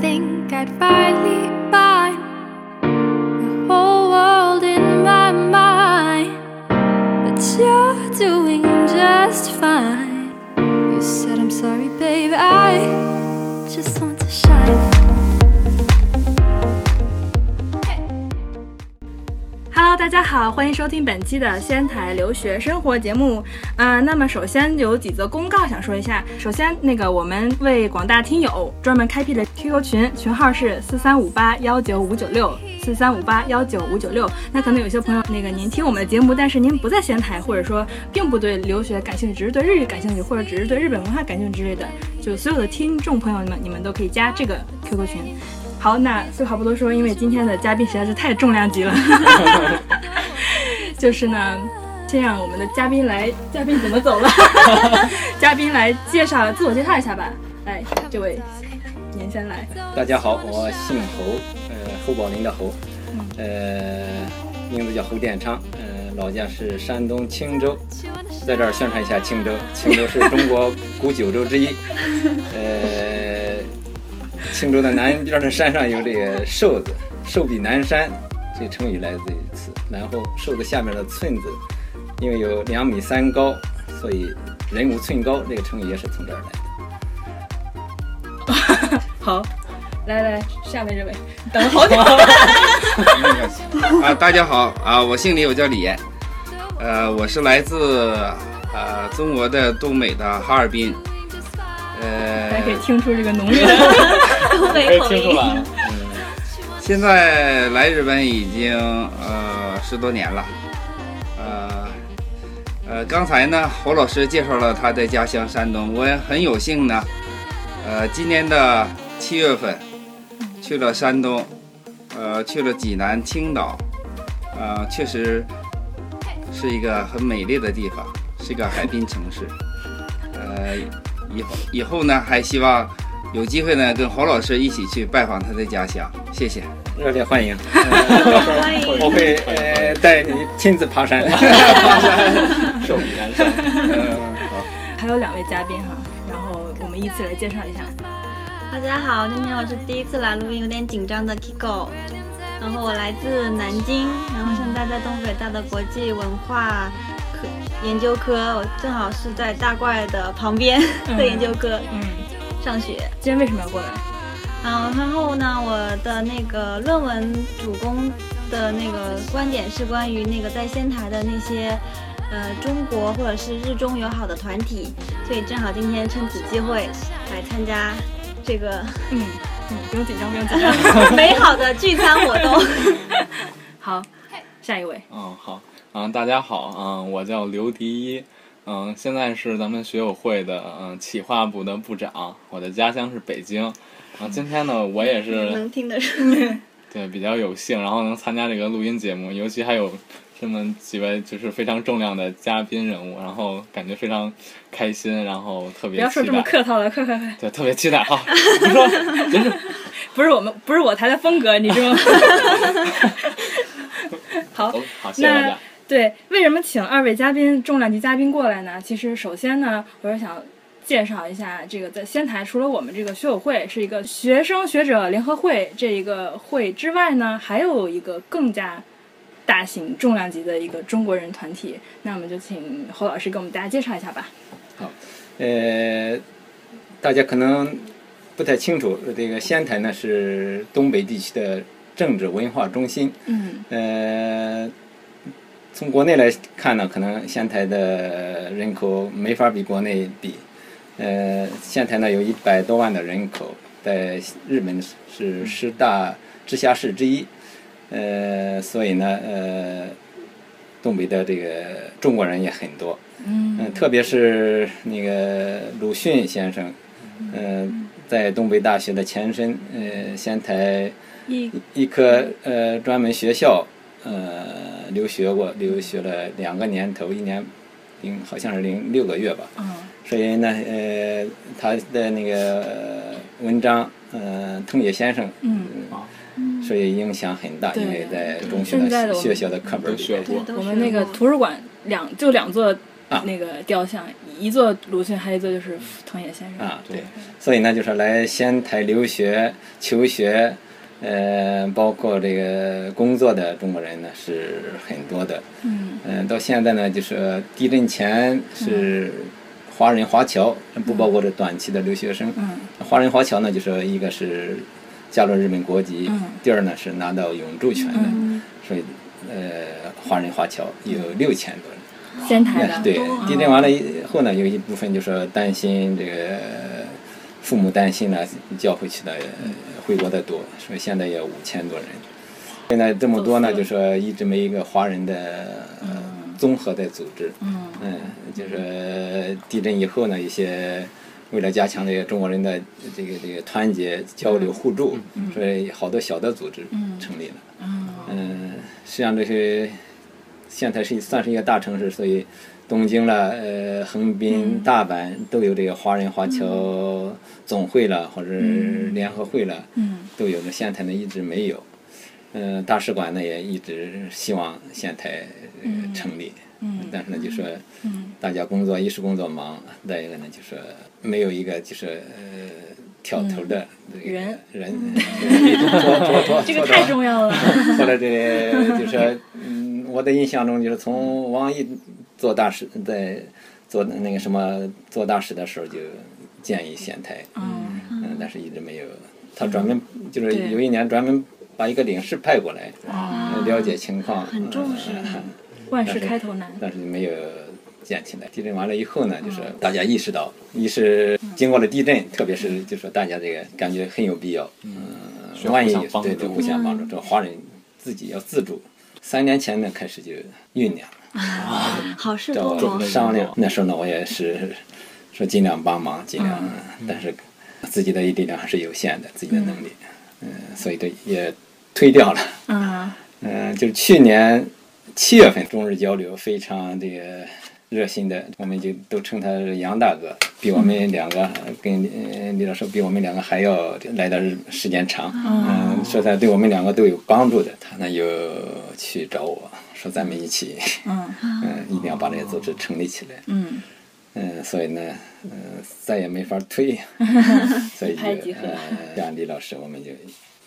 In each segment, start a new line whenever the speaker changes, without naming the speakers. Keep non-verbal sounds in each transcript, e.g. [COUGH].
I'd finally find the whole world in my mind. But you're doing just fine. You said, I'm sorry, babe, I just want to shine.
Hello，大家好，欢迎收听本期的仙台留学生活节目啊、那么首先有几则公告想说一下，首先那个我们为广大听友专门开辟了 QQ 群，群号是四三五八幺九五九六。四三五八幺九五九六，那可能有些朋友，那个您听我们的节目，但是您不在仙台，或者说并不对留学感兴趣，只是对日语感兴趣，或者只是对日本文化感兴趣之类的，就所有的听众朋友们，你们都可以加这个 QQ 群。好，那废话不多说，因为今天的嘉宾实在是太重量级了，就是呢，先让我们的嘉宾来，嘉宾怎么走了？嘉宾来介绍，自我介绍一下吧。来，这位，您先来。
大家好，我姓侯，呃，侯宝林的侯，呃，名字叫侯殿昌，呃，老家是山东青州，在这儿宣传一下青州，青州是中国古九州之一，呃，青州的南边的山上有这个瘦子，瘦比南山，这成语来自于此，然后瘦子下面的寸子，因为有两米三高，所以人无寸高这个成语也是从这儿来的。
好，来来，下面这位，等了好久了。
[LAUGHS] 啊，大家好啊，我姓李，我叫李岩，呃，我是来自呃中国的东北的哈尔滨，呃
大家，可以听出这个浓郁的。
东
哎
北口音。
来。
现在来日本已经呃十多年了，呃呃，刚才呢侯老师介绍了他的家乡山东，我也很有幸呢，呃，今年的七月份去了山东，呃，去了济南、青岛，呃，确实是一个很美丽的地方，是一个海滨城市，呃，以后以后呢还希望。有机会呢，跟侯老师一起去拜访他的家乡，谢谢。
热烈欢迎！呃到时候
欢迎
我会呃带你亲自爬
[LAUGHS]
山，爬山，手比南山。嗯好
还有两位嘉宾哈，然后我们依次来介绍一下。
大家好，今天我是第一次来录音，有点紧张的 Kiko。然后我来自南京，然后现在在东北大的国际文化科研究科，我正好是在大怪的旁边
嗯
的研究科
嗯，
上学。
今天为什么要过来？
嗯，然后呢，我的那个论文主攻的那个观点是关于那个在仙台的那些，呃，中国或者是日中友好的团体，所以正好今天趁此机会来参加这个
嗯嗯，不用紧张，不用紧
[LAUGHS]
张。
美好的聚餐活 [LAUGHS] 动。
好，下一位。
嗯，好，嗯，大家好，嗯，我叫刘迪一，嗯，现在是咱们学友会的嗯企划部的部长，我的家乡是北京，啊，今天呢，我也是
嗯
能听得出来。
对比较有幸，然后能参加这个录音节目，尤其还有这么几位就是非常重量的嘉宾人物，然后感觉非常开心，然后特
不
别
要说
期
这么
待，
客套了， [LAUGHS] 快快快！
对，特别期待啊， [LAUGHS] 你说，真是
不是我们，不是我台的风格，你知 [LAUGHS] 道吗？好
好，，哦好，谢谢大
那
家。
对，为什么请二位嘉宾、重量级嘉宾过来呢？其实，首先呢，我是想介绍一下这个在仙台，除了我们这个学友会是一个学生学者联合会这一个会之外呢，还有一个更加大型、重量级的一个中国人团体。那我们就请侯老师给我们大家介绍一下吧。
呃，大家可能不太清楚，这个仙台呢是东北地区的政治文化中心。
嗯
呃，从国内来看呢，可能仙台的人口没法比国内比。呃，仙台呢有一百多万的人口，在日本是十大直辖市之一。呃，所以呢，呃，东北的这个中国人也很多。
嗯
嗯，特别是那个鲁迅先生，嗯、在东北大学的前身，呃，仙台
一
医科呃专门学校，呃，留学过，留学了两个年头，一年零好像是零六个月吧。
嗯
所以呢，呃，他的那个呃文章，呃，藤野先生，
嗯，
啊
所以影响很大，
对
因为在中学
现在的
的
我们
学校的课本
都
里
学
边，
过，
我们那个图书馆两就两座那个雕像，一座鲁迅，还有一座就是藤野先生。
啊，
对
对，所以呢，就是来仙台留学、求学，呃，包括这个工作的中国人呢是很多的。
嗯
嗯、到现在呢，就是地震前是
嗯
华人华侨，不包括这短期的留学生。
嗯
华人华侨呢，就是一个是加入日本国籍，
嗯
第二呢是拿到永住权的，
嗯，
所以呃，华人华侨有六千多人。
仙台的。
[LAUGHS]
哦
对
多啊，
地震完了以后呢，有一部分就说担心这个父母担心呢，叫回去的呃回国的多，所以现在也五千多人。现在这么多呢，
走
就
私
说一直没一个华人的、呃、综合的组织。
嗯
嗯，就是地震以后呢，一些为了加强这个中国人的这个这个团结、交流、互助，
嗯
所以好多小的组织成立了。嗯，实际上这些现在是算是一个大城市，所以东京了、呃横
嗯
滨、大阪都有这个华人华侨总会了，或者是联合会了，
嗯
都有的。县台呢一直没有。嗯、大使馆呢也一直希望县台、呃成立，
嗯
但是呢就说。
嗯
大家工作一是工作忙，再一个呢就是没有一个就是呃挑头的这个
嗯人
人， [LAUGHS] 拖拖拖，
这个太重要了。
[LAUGHS] 后来这个就是，嗯，我的印象中就是从王毅做大使，在做那个什么做大使的时候就建议县台，
哦
嗯
嗯，但是一直没有。他专门
嗯
就是
对
有一年专门把一个领事派过来，呃了解情况，
很重视
嗯
啊
万事开头难。
但是没有建起来。地震完了以后呢，
哦
就是大家意识到，一是经过了地震，特别是就说大家这个感觉很有必要，
需
嗯，
要互
万一
相帮
对对
助
互相帮助，这华人自己要自主。三年前呢开始就酝酿，
好事
找
多
我
磨
准备。
商量。那时候呢，我也是说尽量帮忙，尽量，嗯但是自己的力量还是有限的，自己的能力，嗯，所以这也推掉了。
嗯
嗯，就是去年七月份中日交流非常这个热心的，我们就都称他是杨大哥，比我们两个呃跟呃李老师比我们两个还要来的时间长，嗯，说他对我们两个都有帮助的，他呢又去找我说咱们一起，
[LAUGHS] 嗯
嗯，一定要把这个组织成立起来，
嗯
嗯，所以呢，嗯、再也没法推，
[LAUGHS]
所以
一拍即
就
合
呃，像李老师，我们就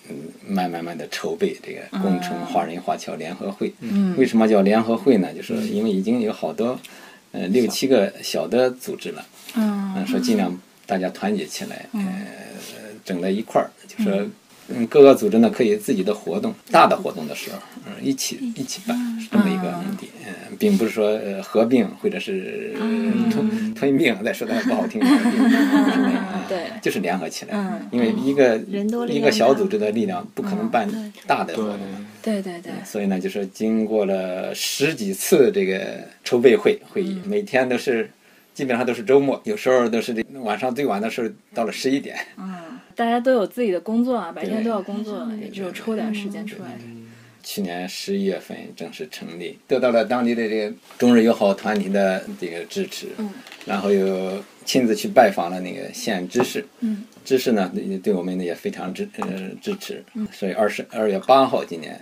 嗯，慢慢慢的筹备这个工程华人华侨联合会。
嗯
为什么叫联合会呢？就是因为已经有好多，呃，六七个小的组织了，嗯、
嗯
说尽量大家团结起来，呃，整在一块儿，就说。嗯，各个组织呢可以自己的活动，大的活动的时候，嗯，一起一起办，是这么一个目的，嗯，并不是说呃合并或者是吞吞并，再说的不好听，合并不是那样啊
对
就是联合起来，
嗯
因为一个
人多力
一
量
个小
大
组织的力量不可能办
嗯
大的活
对
动，
对对对。
所以呢，就是经过了十几次这个筹备会会议，每天都是基本上都是周末，有时候都是这晚上最晚的时候到了十一点。
嗯，大家都有自己的工作啊，白天
对嗯
都要工作，也只有抽点时间出来。
去年十一月份正式成立，得到了当地的这个中日友好团体的这个支持，
嗯
然后又亲自去拜访了那个县知事，
嗯
知事呢对对我们呢也非常支呃支持，
嗯
所以二十二月八号今年，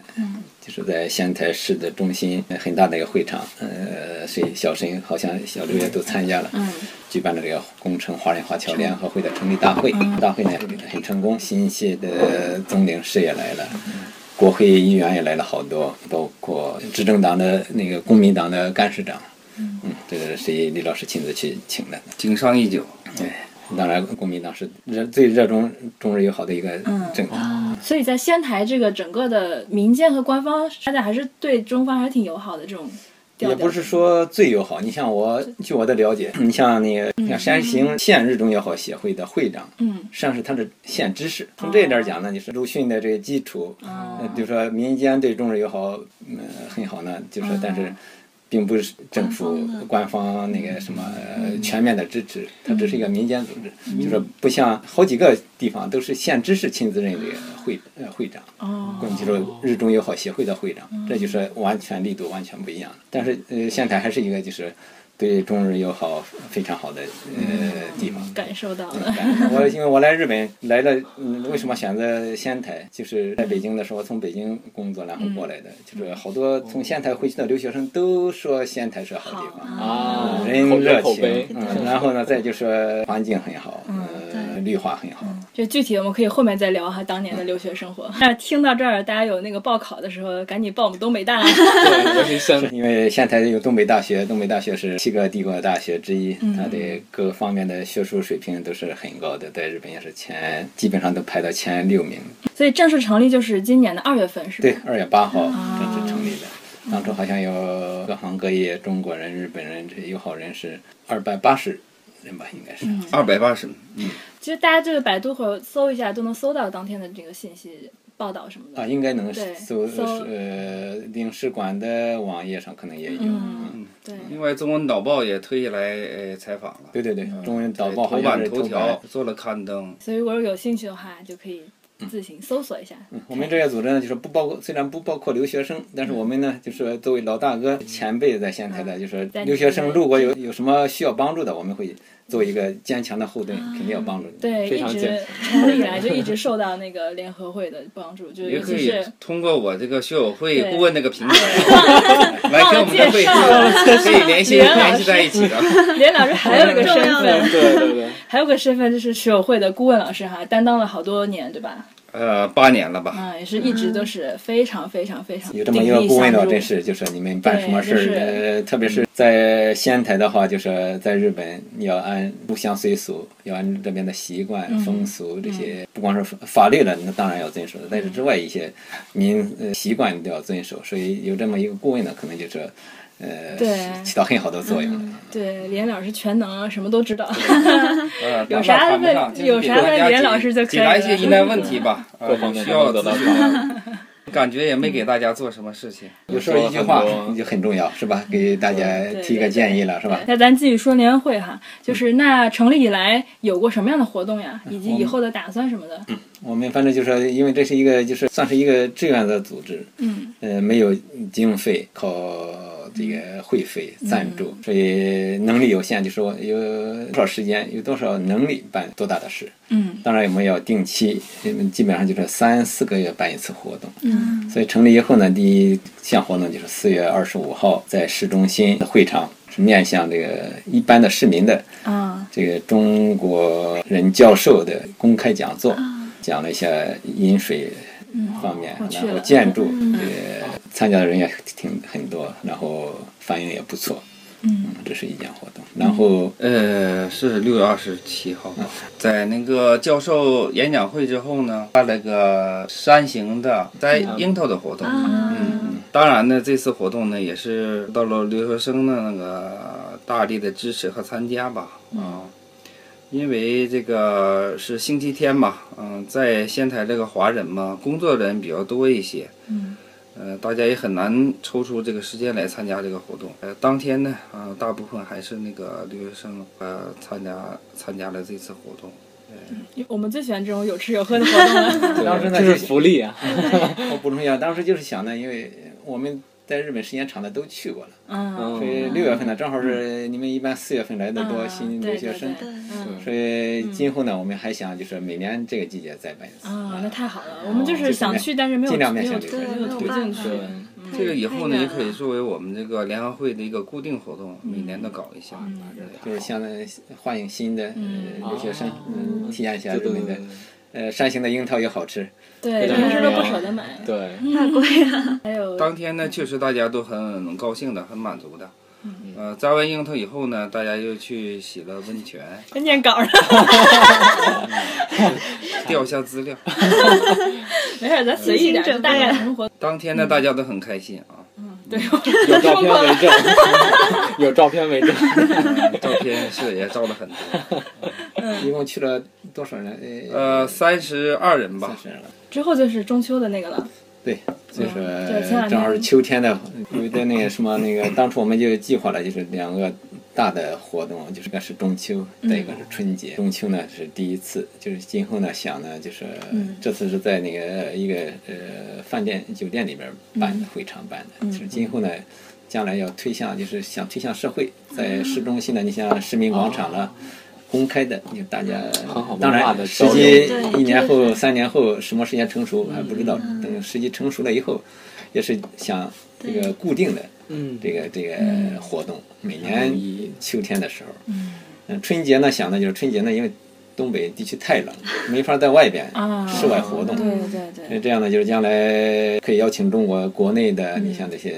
就是在仙台市的中心呃很大的一个会场，呃，所以小申好像小刘也都参加了，
嗯
举办了这个工程华人华侨联合会的成立大会，
嗯
大会呢很成功，新一届的总领事也来了。
嗯
国会议员也来了好多，包括执政党的那个公民党的干事长，嗯，这个是李老师亲自去请的。
经商已久，
对，当然，国民党是热最热衷中日友好的一个
嗯
政党。
所以在仙台这个整个的民间和官方，大家还是对中方还是挺友好的这种调调。
也不是说最友好，你像我，据我的
[CLEARS THROAT]
了解，你像那个像山形县日中友好协会的会长，
嗯哦
实际上是他的县知事。从这一点讲呢，就是鲁迅的这个基础，呃就说民间对中日友好，嗯、很好呢，就
哦
说但是。并不是政府官方那个什么
嗯
呃全面的支持，它只是一个民间组织，就是不像好几个地方都是县知事亲自任这个会呃会长，
哦，
共就是日中友好协会的会长，这就是完全力度完全不一样。但是呃，县台还是一个就是对中日友好非常好的呃地方。
感受到了。
嗯我因为我来日本来了，嗯，为什么选择仙台？就是在北京的时候，从北京工作然后过来的，就是好多从仙台回去的留学生都说仙台是好地方，
啊，口
人热
口
情
碑，，
嗯，然后呢，再就是环境很好，呃，绿化很好，
这具体我们可以后面再聊哈，当年的留学生活。那听到这儿，大家有那个报考的时候，赶紧报我们东北
[LAUGHS]
大。
[LAUGHS] 对，尤其现
因为仙台有东北大学，东北大学是七个帝国大学之一，
嗯
它的各个方面的学术水平都是很高的，在日本也是前，基本上都排到前六名。
所以正式成立就是今年的二月份，是吧？
对，二月八号
啊
正式成立的。
嗯
当初好像有各行各业中国人、日本人这些友好人士二百八十人吧，应该是。
嗯
二百八十，
其实大家就是百度或者搜一下，都能搜到当天的这个信息报道什么的。
啊，应该能
对
搜
搜
呃领事馆的网页上可能也有。
嗯
嗯，
对，
另外中文导报也推下来呃采访了，
对对对，中文导
嗯对
报好
头
像
版
是
头
头
条做了刊登，
所以如果有兴趣的话，就可以
嗯
自行搜索一下。
我们这些组织呢，就是不包括，虽然不包括留学生，但是我们呢，就是作为老大哥前辈在仙台的，就是
嗯在
留学生
你们
如果有有什么需要帮助的，我们会做一个坚强的后盾，肯定要帮助你。
对，
非
一
常
直
简
从以来就一直受到那个联合会的帮
[LAUGHS]
助，就是
也
尤
可
其
以
是
通过我这个学友会
对
顾问那个平台 [LAUGHS] 来跟我们的会
忘了
址可以
[LAUGHS]
联系
袁老师
联系在一起
[LAUGHS]
的。
连老师还有一个身
[LAUGHS] 重要
份
的，
对对对，
还有个身份就是学友会的顾问老师哈，担当了好多年，对吧？
呃，八年了吧，
啊，也是一直都是非常非常非常
有这么一个顾问呢，真是就是你们办什么事
对就
儿，
是
呃，特别是在仙台的话，就是在日本，你要按入乡随俗，要按这边的习惯、
嗯
风俗这些，不光是法法律了，那当然要遵守的，但是之外一些民呃习惯你都要遵守，所以有这么一个顾问呢，可能就是呃
对嗯
起到很好的作用。
对，连老师全能，啊什么都知
[LAUGHS]
道。 [LAUGHS]
呃，
嗯有啥
谈不上
问
就是
有
给
啥
大家
问袁
解
老师就可以
解答一
了
些疑难问题吧，呃
各方面
需
都
要
能得到
咨
帮
询啊
助。
感觉也没
嗯
给大家做什么事情。
有时候一句话
说了很多
就很重要，是吧？给大家
嗯对
提个建议了，是吧？
那咱继续说联欢会哈，
嗯
就是那成立以来有过什么样的活动呀，以及以后的打算什么的。
我们反正就是因为这是一个就是算是一个志愿的组织，
嗯，
呃，没有经费，靠这个会费赞助，
嗯
所以能力有限，就说有多少时间，有多少能力办多大的事。
嗯
当然我们要定期，嗯基本上就是三四个月办一次活动。
嗯
所以成立以后呢，第一项活动就是四月二十五号在市中心的会场，是面向这个一般的市民的
嗯
啊
这个中国人教授的公开讲座，讲了一下饮水方面，
啊嗯我去
然后
了嗯
建筑，呃，参加的人也挺很多，然后反应也不错，
嗯，
这是一件活动。然后
呃，是六月二十七号吧，在那个教授演讲会之后呢，办了个山行的摘樱桃的活动。嗯，当然呢，这次活动呢也是到了留学生的那个大力的支持和参加吧。啊，因为这个是星期天嘛，嗯，在仙台这个华人嘛，工作人比较多一些。
嗯。
呃，大家也很难抽出这个时间来参加这个活动。呃，当天呢，啊、大部分还是那个留学生呃参加参加了这次活动。
我们最喜欢这种有吃有喝的活动了。
[LAUGHS]
[LAUGHS]
当时呢
这
就是
福利啊，
我补充一下，当时就是想呢，因为我们在日本时间长的都去过了，
嗯，
哦
所以六月份呢，正好是你们一般四月份来的多新留学生
啊对，对对
嗯
所以今后呢，我们还想就是每年这个季节再办一次。
啊，那太好了，我们就是想去，但是没有
尽量
没
面
有
向
没
留学生
有途径去。
对，
这个以后呢，
嗯太
也
远了
可以作为我们这个联欢会的一个固定活动，每年都搞一下。
嗯
就是像欢迎新的呃留学
哦
生，嗯，体验一下日
对对
本
对
的呃山形的樱桃也好吃，
对，
对
什么事都不舍得买。
[LAUGHS] 对， [LAUGHS]
还有
当天呢，确实大家都很高兴的，很满足的。
嗯
呃，摘完樱桃以后呢，大家又去洗了温泉，
念稿了，
调一下资料。
没事，咱随意点，就大概生活
当天呢，大家都很开心啊，
有照片为 [LAUGHS] 证，有照片为证，
呃照片是也照了很多。
嗯
一共去了多少人？
呃，三十二人吧
三，十人了。
之后就是中秋的那个了，
对，就是
对哦前两天
正好是秋天的，因为在那个什么那个，当初我们就计划了，就是两个大的活动，就是一个是中秋，再一个是春
嗯
节。中秋呢是第一次，就是今后呢想呢就是
嗯
这次是在那呃
嗯
个一个呃饭店酒店里边办的会场办的，就是今后呢将来要推向，就是想推向社会，在市中心呢，你像市民广场了。公开的，你大家
哦很好文化
当
的
然，时
交流
机
对
一年
这个
后、
是
三年后，什么时间成熟还不知道。等时机成熟了以后，也是想这个
对
固定的
嗯
这个这个活动，每年
嗯
秋天的时候。嗯，春节呢想的就是春节呢，因为东北地区太冷，没法在外边
啊
室外活动。
对对对，
那这样呢，就是将来可以邀请中国国内的，你像这些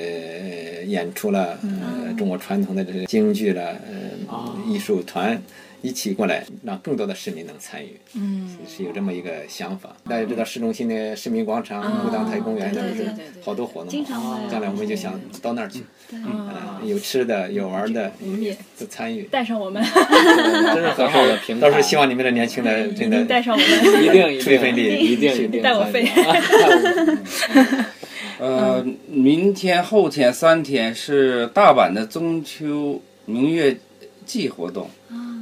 呃演出了，呃，中国传统的这些京剧了，
哦
呃，艺术团一起过来，让更多的市民能参与，
嗯，
是有这么一个想法。大家知道市中心的市民广场、武当台公园
对
都
对
是
对对
好多活动，
经常会有
将来我们就想到那儿去，
啊
嗯，有吃的，有玩的，
我们也
都参与。
带上我们， [LAUGHS]
真是很好的平台。
到时候希望你们的年轻人真的
带上我们， [LAUGHS]
一定一定
出一份力
一定一定
带我飞
参啊加
呃，明天、后天三天是大阪的中秋明月祭活动，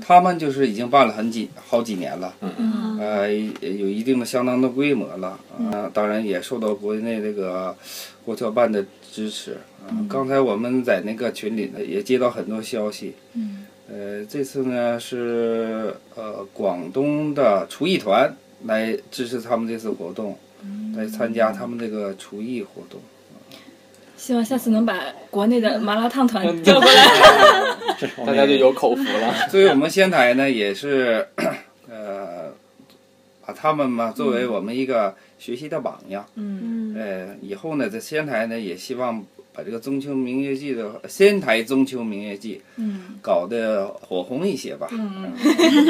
他们就是已经办了很几好几年了，
嗯
呃，有一定的相当的规模了，啊、当然也受到国内这个国侨办的支持。啊、刚才我们在那个群里呢也接到很多消息，
嗯
呃，这次呢是呃广东的厨艺团来支持他们这次活动，来参加他们这个厨艺活动。
希望下次能把国内的麻辣烫团 [LAUGHS] 叫过来。
大家就有口
[LAUGHS]
福了。
所以我们仙台呢也是，呃，把他们嘛作为我们一个学习的榜样。
嗯，
嗯，
呃，以后呢，在仙台呢也希望把这个中秋明月祭的仙台中秋明月祭，
嗯，
搞得火红一些吧，嗯，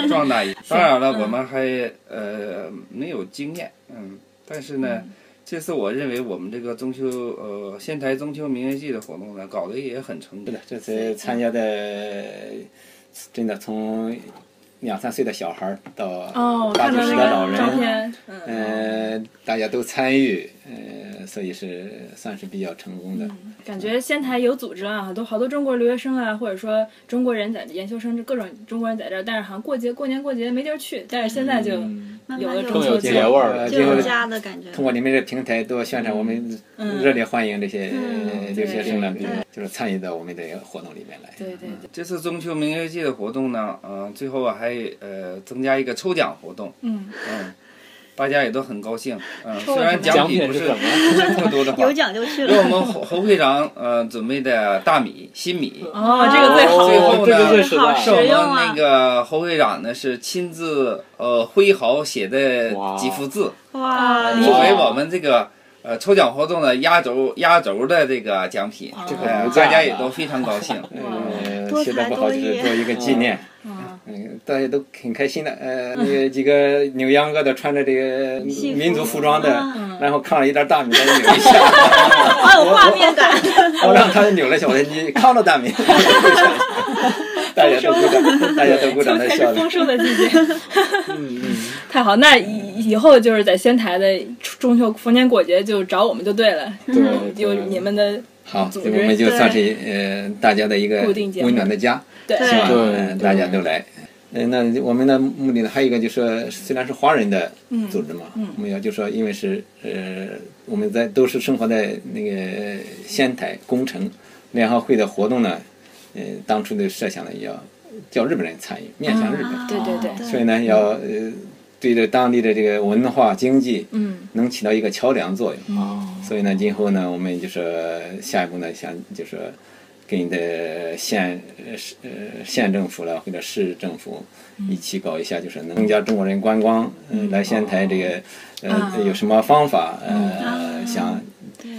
壮大一些。当然了，我们还呃没有经验，嗯，但是呢，这次我认为我们这个中秋呃仙台中秋明月祭的活动呢，搞得也很成功
是的。，这次参
嗯
加的真的从两三岁的小孩儿
哦，
到
我
八
看
九
到
十
那
的老
个照
人，
片，嗯，
嗯、大家都参与，呃，所以是算是比较成功的。
嗯
感觉仙台有组织啊，好多好多中国留学生啊，或者说中国人在研究生，就各种中国人在这儿，但是好像过节过年过节没地儿去，但是现在就
慢
有
慢
了
就
中秋
有
节
节味儿
呃
了
就有
就
家的感觉了。
通过你们这个平台多宣传，我们
嗯
热烈欢迎这些呃留学生了，
对
就是参与到我们的活动里面来。
对对对，
这次中秋明月祭的活动呢，呃，最后还呃增加一个抽奖活动，
嗯，
嗯，大家也都很高兴，嗯、
了
虽然
什么
奖
奖
品
品
不
是
是
什
不
么？
是特多的话
有，奖就去
给我
了，
们侯侯会长呃准备的大米新米，
哦，这个最好，
最后呢
这个最实
好
是
吃
在
我
实
们
用啊
那个侯会长呢是亲自呃挥毫写的
哇
几幅字，
哇，
作为我们这个呃抽奖活动的压轴压轴的这个奖品，
这个
呃
无价
大家
的
也都非常
[LAUGHS]
高兴。
嗯
呃，
哦多
写的
才
不好
多
就是
艺哦
做一个纪念。嗯，大家都很开心的。
嗯
呃，那个几个扭秧歌的穿着这个
戏服
民族服装的
嗯，
然后扛了一袋大米在那扭一下，
哦
好有画面感，
[LAUGHS] 我让他扭了一下，我说你扛着大米， [LAUGHS] 大家都鼓掌，大家都鼓掌在
才
笑
是 [LAUGHS]
着
丰。收的季节。 [LAUGHS] 太好，那以以后就是在仙台的中秋逢年过节就找我们就对了，
对，啊
有
对
你们的
哦
好，
组
这
织
我们就算是呃大家的一个
固定节目
温暖的家，
对
希望
对
呃大家都来。呃，那我们的目的呢，还有一个就是说，虽然是华人的
嗯
组织嘛，我们要就说，因为是呃，我们在都是生活在那个呃仙台宫城联合会的活动呢，呃，当初的设想呢，要叫日本人参与，面向日本，
对对对，
所以呢，要呃，对这当地的这个文化经济，
嗯，
能起到一个桥梁作用。
哦
所以呢，今后呢，我们就是下一步呢，想就是跟你的县呃市呃县政府了，或者市政府一起搞一下，就是能增加中国人观光，嗯，来仙台这个呃有什么方法？呃，想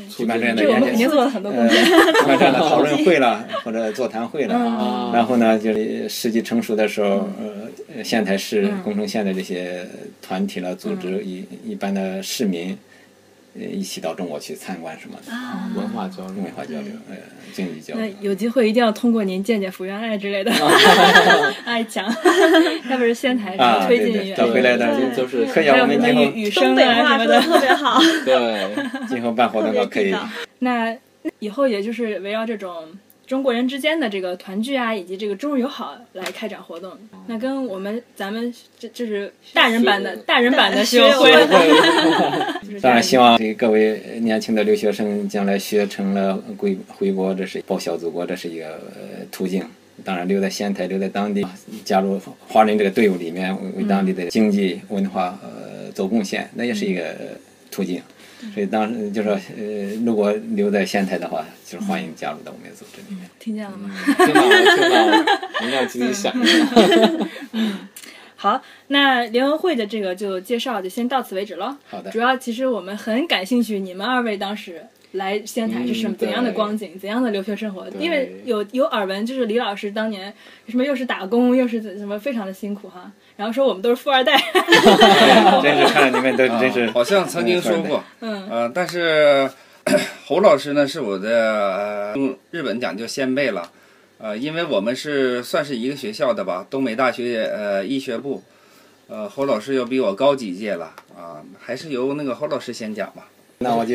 举办这样的
这个我
演
们肯定
讲，
做了很多
呃，
贡献。
举办这样的讨论会了，或者座谈会了。
啊
然后呢，就是时机成熟的时候，呃，仙台市、宫城县的这些团体了、组织一一般的市民，呃，一起到中国去参观什么的。
文化交流
文，化交流，呃，经济交
那
流。
有机会一定要通过您见见福原爱之类的， [LAUGHS] 爱强，要不是仙台
啊，
上
对
推进
对，
员，
找回来的
对
就
就是是
可以
还
啊，
有
我
什
们
么
今后
语语
东
声
北
啊
话
什么
说
的。
的特别好，
[LAUGHS]
对，
今后办活动
特别
都可以
地道。
那那以后也就是围绕这种中国人之间的这个团聚啊，以及这个中日友好来开展活动。那跟我们咱们这这是大人版的
是
大人版的
是
学友会
是，
对
就是这
当
样
然，
一个
希望这各位年轻的留学生将来学成了归回国，这是报效祖国，这是一个、呃、途径。当然，留在仙台，留在当地，加入华人这个队伍里面，为为当地的经济文化呃做贡献，那也是一个呃途径。所以当时就说，呃，如果留在仙台的话，就是欢迎加入到我们的组织里面。
听见了吗？
听到了，听到了，一定要积极响应。
好，那联欢会的这个就介绍就先到此为止了。
好的
主要其实我们很感兴趣，你们二位当时来仙台是什么
嗯
怎样的
对
光景，怎样的留学生活？
对
因为有有耳闻，就是李老师当年什么又是打工又是怎什么，非常的辛苦哈。然后说我们都是富二代，
真是看着你们都真是
啊好像曾经说过，嗯，呃，但是咳侯老师呢是我的、呃用日本讲就先辈了，呃，因为我们是算是一个学校的吧，东北大学呃医学部，呃，侯老师又比我高几届了啊、还是由那个侯老师先讲吧。
那我就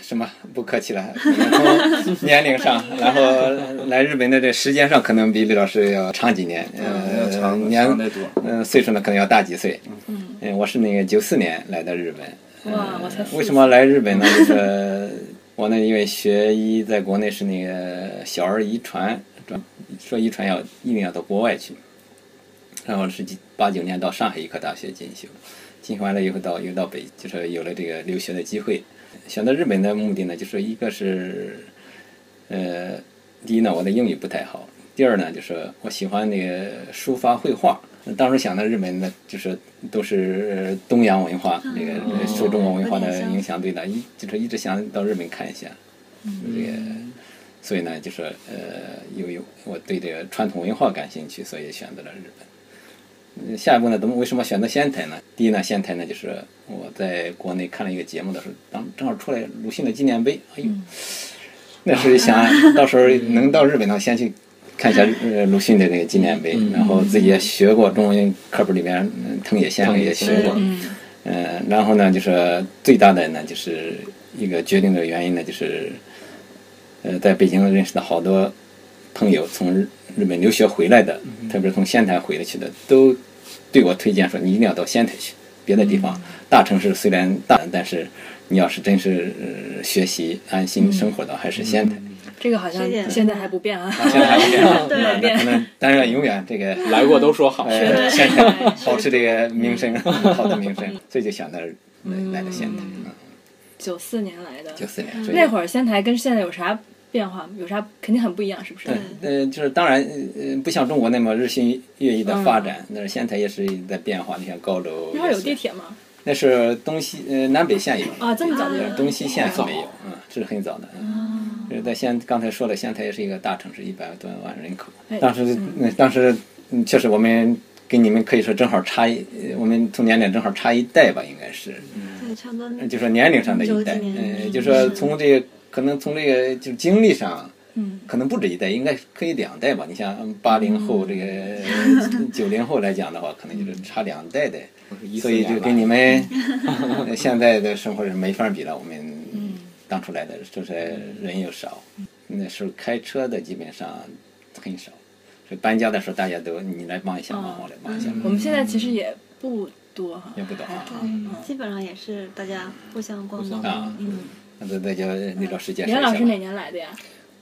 什么不客气了，从年龄上，然后来日本的这时间上，可能比李老师要长几年，
嗯要
呃，
长
年
长得多。
嗯，岁数呢可能要大几岁。嗯，我是那个九四年来的日本，
哇，我才四
为什么来日本呢？就是 [LAUGHS] 我呢，因为学医在国内是那个小儿遗传，转说遗传要一定要到国外去，然后是八九年到上海医科大学进修，进修完了以后到又到北，就是有了这个留学的机会。选择日本的目的呢，就是一个是，呃，第一呢，我的英语不太好；第二呢，就是我喜欢那个书法绘画。当时想的日本呢，就是都是东洋文化那个呃受中国文化的影响对的，一就是一直想到日本看一下，
嗯
这个，所以呢，就是呃，由于我对这个传统文化感兴趣，所以选择了日本。嗯下一步呢，咱们为什么选择仙台呢？第一呢，仙台呢，就是我在国内看了一个节目的时候，当正好出来鲁迅的纪念碑，哎呦，那时候想到时候能到日本呢，先去看一下呃鲁迅的那个纪念碑，然后自己也学过中文课本里面嗯藤野先生也学过，嗯，然后呢，就是最大的呢，就是一个决定的原因呢，就是呃，在北京认识的好多朋友，从日日本留学回来的，
嗯
特别是从仙台回来去的，都对我推荐说你一定要到仙台去，别的地方、
嗯
大城市虽然大，但是你要是真是、呃学习安
嗯
心生活的，还是仙台。
这个好像
学点
现在还不变啊。
仙台不变
嗯对
那那可能当然永远这个
来过都说好，
呃仙台保持这个名声，
嗯
好的名声，所以就想到来到仙台。嗯
九四年来的，
九四年，所
嗯
以
那会儿仙台跟现在有啥变化？有啥肯定很不一样，是不是？
呃，就是当然，呃，不像中国那么日新月异的发展，但是仙台也是在变化。你看高
嗯
楼，
那会儿有地，铁吗？
那是东西呃南北线有，
啊，这么早就有哦
呃东西线还没有，嗯，这是很早的。嗯，就是在仙刚才说了，仙台也是一个大城市，一百多万人口
哎。
当时，那当时嗯确实我们跟你们可以说正好差一，呃我们从年龄正好差一代吧，应该是。
对，差不多
就说年龄上的一代，
九几年
呃，就说从这个可能从这个就是经历上，嗯，可能不止一代，应该可以两代吧。你像八零后这个九零后来讲的话，可能就是差两代的，
14
所以就
年
跟
了
你们呃 [LAUGHS] 现在的生活是没法比了。我们当初来的就是人又少，那时候开车的基本上很少，所以搬家的时候大家都你来帮一下忙，我来帮一下忙，
我们现在其实也不多哈，
也不懂
哎
啊。
嗯基本上也是大家互相帮忙。
啊，那那那就李老师介
连
绍一嗯下
老师哪
吧。
年来的呀？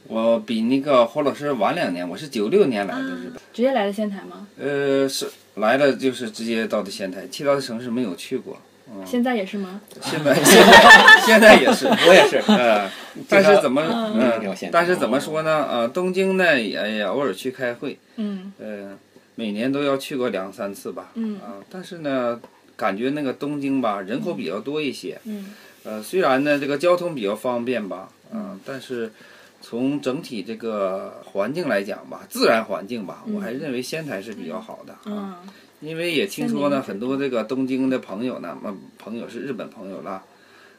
我比那个侯老师晚两年，我是九六年来的
啊
日本，
直接来的仙台吗？
呃，是来了就是直接到的仙台，其他的城市没有去过。
现在也是吗？
[LAUGHS]
现在现在现在也是，
我也是，
[LAUGHS] 呃，但是怎么，
嗯聊现
嗯，
在
但是怎么说呢？呃，东京呢也也偶尔去开会，
嗯，
呃，每年都要去过两三次吧，嗯啊，但是呢，感觉那个东京吧，人口比较多一些，
嗯，
呃，虽然呢这个交通比较方便吧，嗯，但是从整体这个环境来讲吧，自然环境吧，我还认为仙台是比较好的啊。
嗯，
因为也听说呢，很多这个东京的朋友呢，嗯，朋友是日本朋友啦，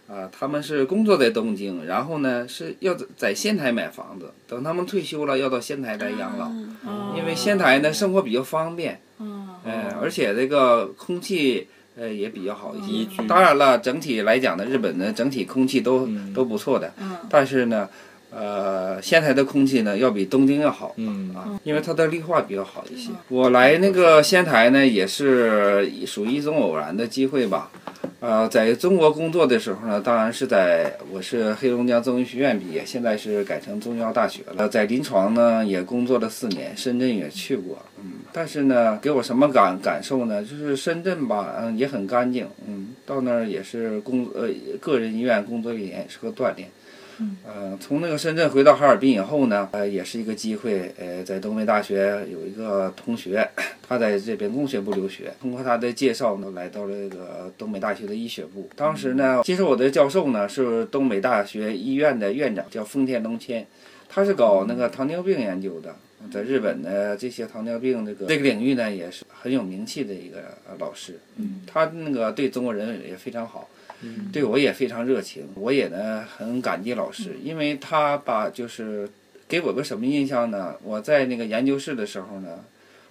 啊、他们是工作在东京，然后呢是要在在仙台买房子，等他们退休了要到仙台来养老，因为仙台呢生活比较方便，
嗯，
哦
呃，而且这个空气呃也比较好一
宜
些
居。
当然了，整体来讲呢，日本呢整体空气都、
嗯
都不错的，但是呢，呃，仙台的空气呢要比东京要好。
嗯，
啊，因为它的绿化比较好一些。我来那个仙台呢，也是属于一种偶然的机会吧。呃，在中国工作的时候呢，当然是在我是黑龙江中医学院毕业，现在是改成中医药大学了。在临床呢也工作了四年，深圳也去过，嗯，但是呢，给我什么感感受呢？就是深圳吧，嗯，也很干净，嗯，到那儿也是工呃个人医院工作一年，也是个锻炼。呃，从那个深圳回到哈尔滨以后呢，呃，也是一个机会，呃，在东北大学有一个同学， [CLEARS THROAT] 他在这边工学部留学，通过他的介绍呢，来到了这个东北大学的医学部。当时呢，接受我的教授呢是东北大学医院的院长，叫丰田龙谦，他是搞那个糖尿病研究的。在日本呢，这些糖尿病这个这个领域呢，也是很有名气的一个呃老师。嗯，他那个对中国人也非常好。
嗯
对我也非常热情，我也呢很感激老
嗯
师，因为他把就是给我个什么印象呢？我在那个研究室的时候呢，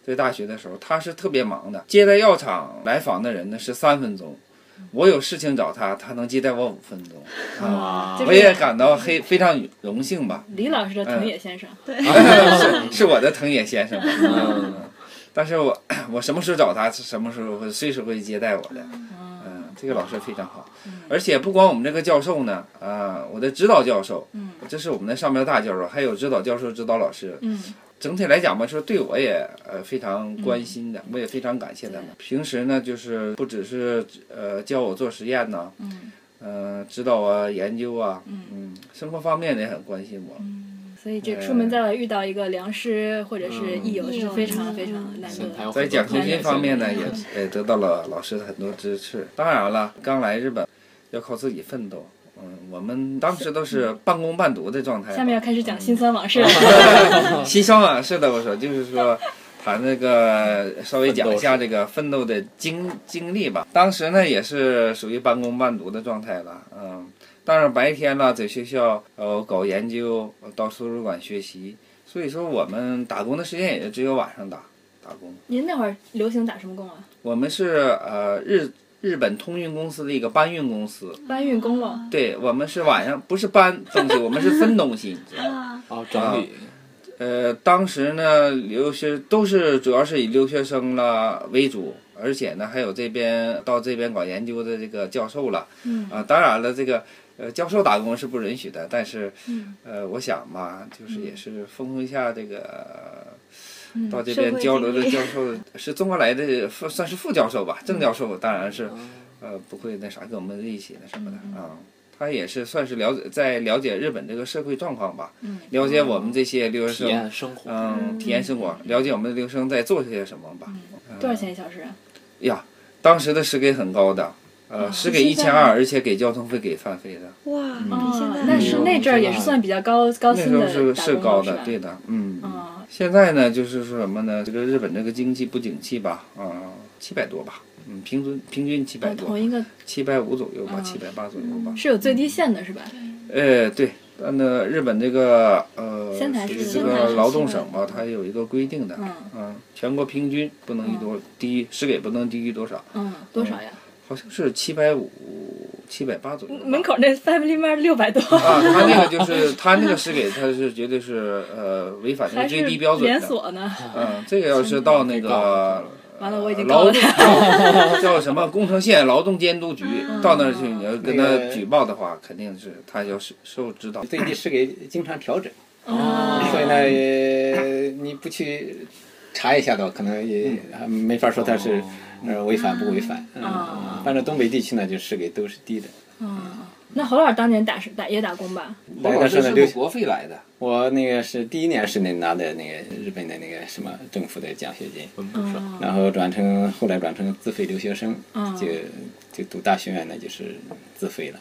在大学的时候，他是特别忙的，接待药厂来访的人呢是三分钟，
嗯
我有事情找他，他能接待我五分钟，
啊
就，是
我也感到非非常荣幸吧。
李老师的藤野先生，
[LAUGHS] 是是我的藤野先生吧。
嗯
但是我 [COUGHS] 我什么时候找他，什么时候会随时会接待我的。嗯，这个老师非常好，而且不光我们这个教授呢，啊、我的指导教授，嗯，这是我们的上边大教授，还有指导教授、指导老师，
嗯，
整体来讲吧，说对我也呃非常关心的，我也非常感谢他们。平时呢，就是不只是呃教我做实验呐，嗯，呃指导啊研究啊，嗯，生活方面也很关心我，
所以这出门在外遇到一个良师或者是益友嗯是非常非常难
现在还
得的。
有
在
很多
奖学
同学
金方面呢，
现
也
在
也得到了老师的很多支持。当然了，刚来日本要靠自己奋斗。嗯，我们当时都是半工半读的状态吧。
下面要开始讲辛酸往事了。
西乡啊，是的，我说就是说，谈这个稍微讲一下这个奋斗的经经历吧。当时呢也是属于半工半读的状态了，嗯，当然白天呢在学校呃搞研究，到图书馆学习，所以说我们打工的时间也就只有晚上打打工。
[LAUGHS] 您那会儿流行打什么工啊？
我们是呃日日本通运公司的一个搬运公司，
搬运工了。
对我们是晚上不是搬东西，我们是分东西，你知道吗？
啊，
哦，整理，
嗯
呃，当时呢，留学都是主要是以留学生啦为主，而且呢还有这边到这边搞研究的这个教授了，嗯啊，当然了，这个呃教授打工是不允许的，但是，
嗯
呃，我想嘛，就是也是丰富一下这个。呃到这
嗯社
边
会
交流
经
的
历
教授是中国来的副，算是副教授吧，
嗯
正教授当然是
哦
呃，不会那啥跟我们一起那什么的
嗯
啊、他也是算是了解在了解日本这个社会状况吧，
嗯
了解我们这些留
哦体
学生，
验生活，
嗯，体验生活，了解我们的留学生在做些什么吧。
多少钱一小时啊？
呀，当时的时给很高的，呃，时给一千二，而且给交通费、给饭费的，
哇，
哦
比现在
那是
嗯
那阵儿也是算比较高高
那
薪
时
的
候是
打
是
工
高
了
的，
吧
对的，嗯。嗯
啊，
现在呢，就是说什么呢？这个日本这个经济不景气吧，啊、七百多吧，嗯，平均平均七百
哦同
多，
一个
七百五左右吧，
嗯
七百八左右吧。
是有最低限的是吧？
呃，对，但呢，日本这个呃，
仙台
属
是
于这
仙台
个
是
劳
七
动
百
省吧，它有一个规定的，
嗯
全国平均不能低多、低，时给不能低于多少，
嗯，多少呀？
好像是七百五、七百八左右吧。
嗯门口那 Family Mart 六百多，
啊，他那个就是他那个时给，他是绝对是呃违反那
还
个
是
最低标准
连
的。
锁呢？
嗯，呃这个要是到那个
完了，我已
嗯
经
劳
够
动
了。
叫什么宫城县劳动监督局，
嗯
到那儿去你要跟他
那个
举报的话，肯定是他要受受指导。
最低是给经常调整，
哦
所以呢，呃你不去查一下的话，可能也
嗯
还没法说它
哦
是呃违反不违反。嗯，反正东北地区呢，就时给都是低的。
那侯老师当年打是打也打工吧？
我
来
老
的时
师
候呢，
是
留
从国费来的，
我那个是第一年是那拿的那个日本的那个什么政府的奖学金，
文不少，
然后转成后来转成自费留学生，就就读大学院呢就是自费了，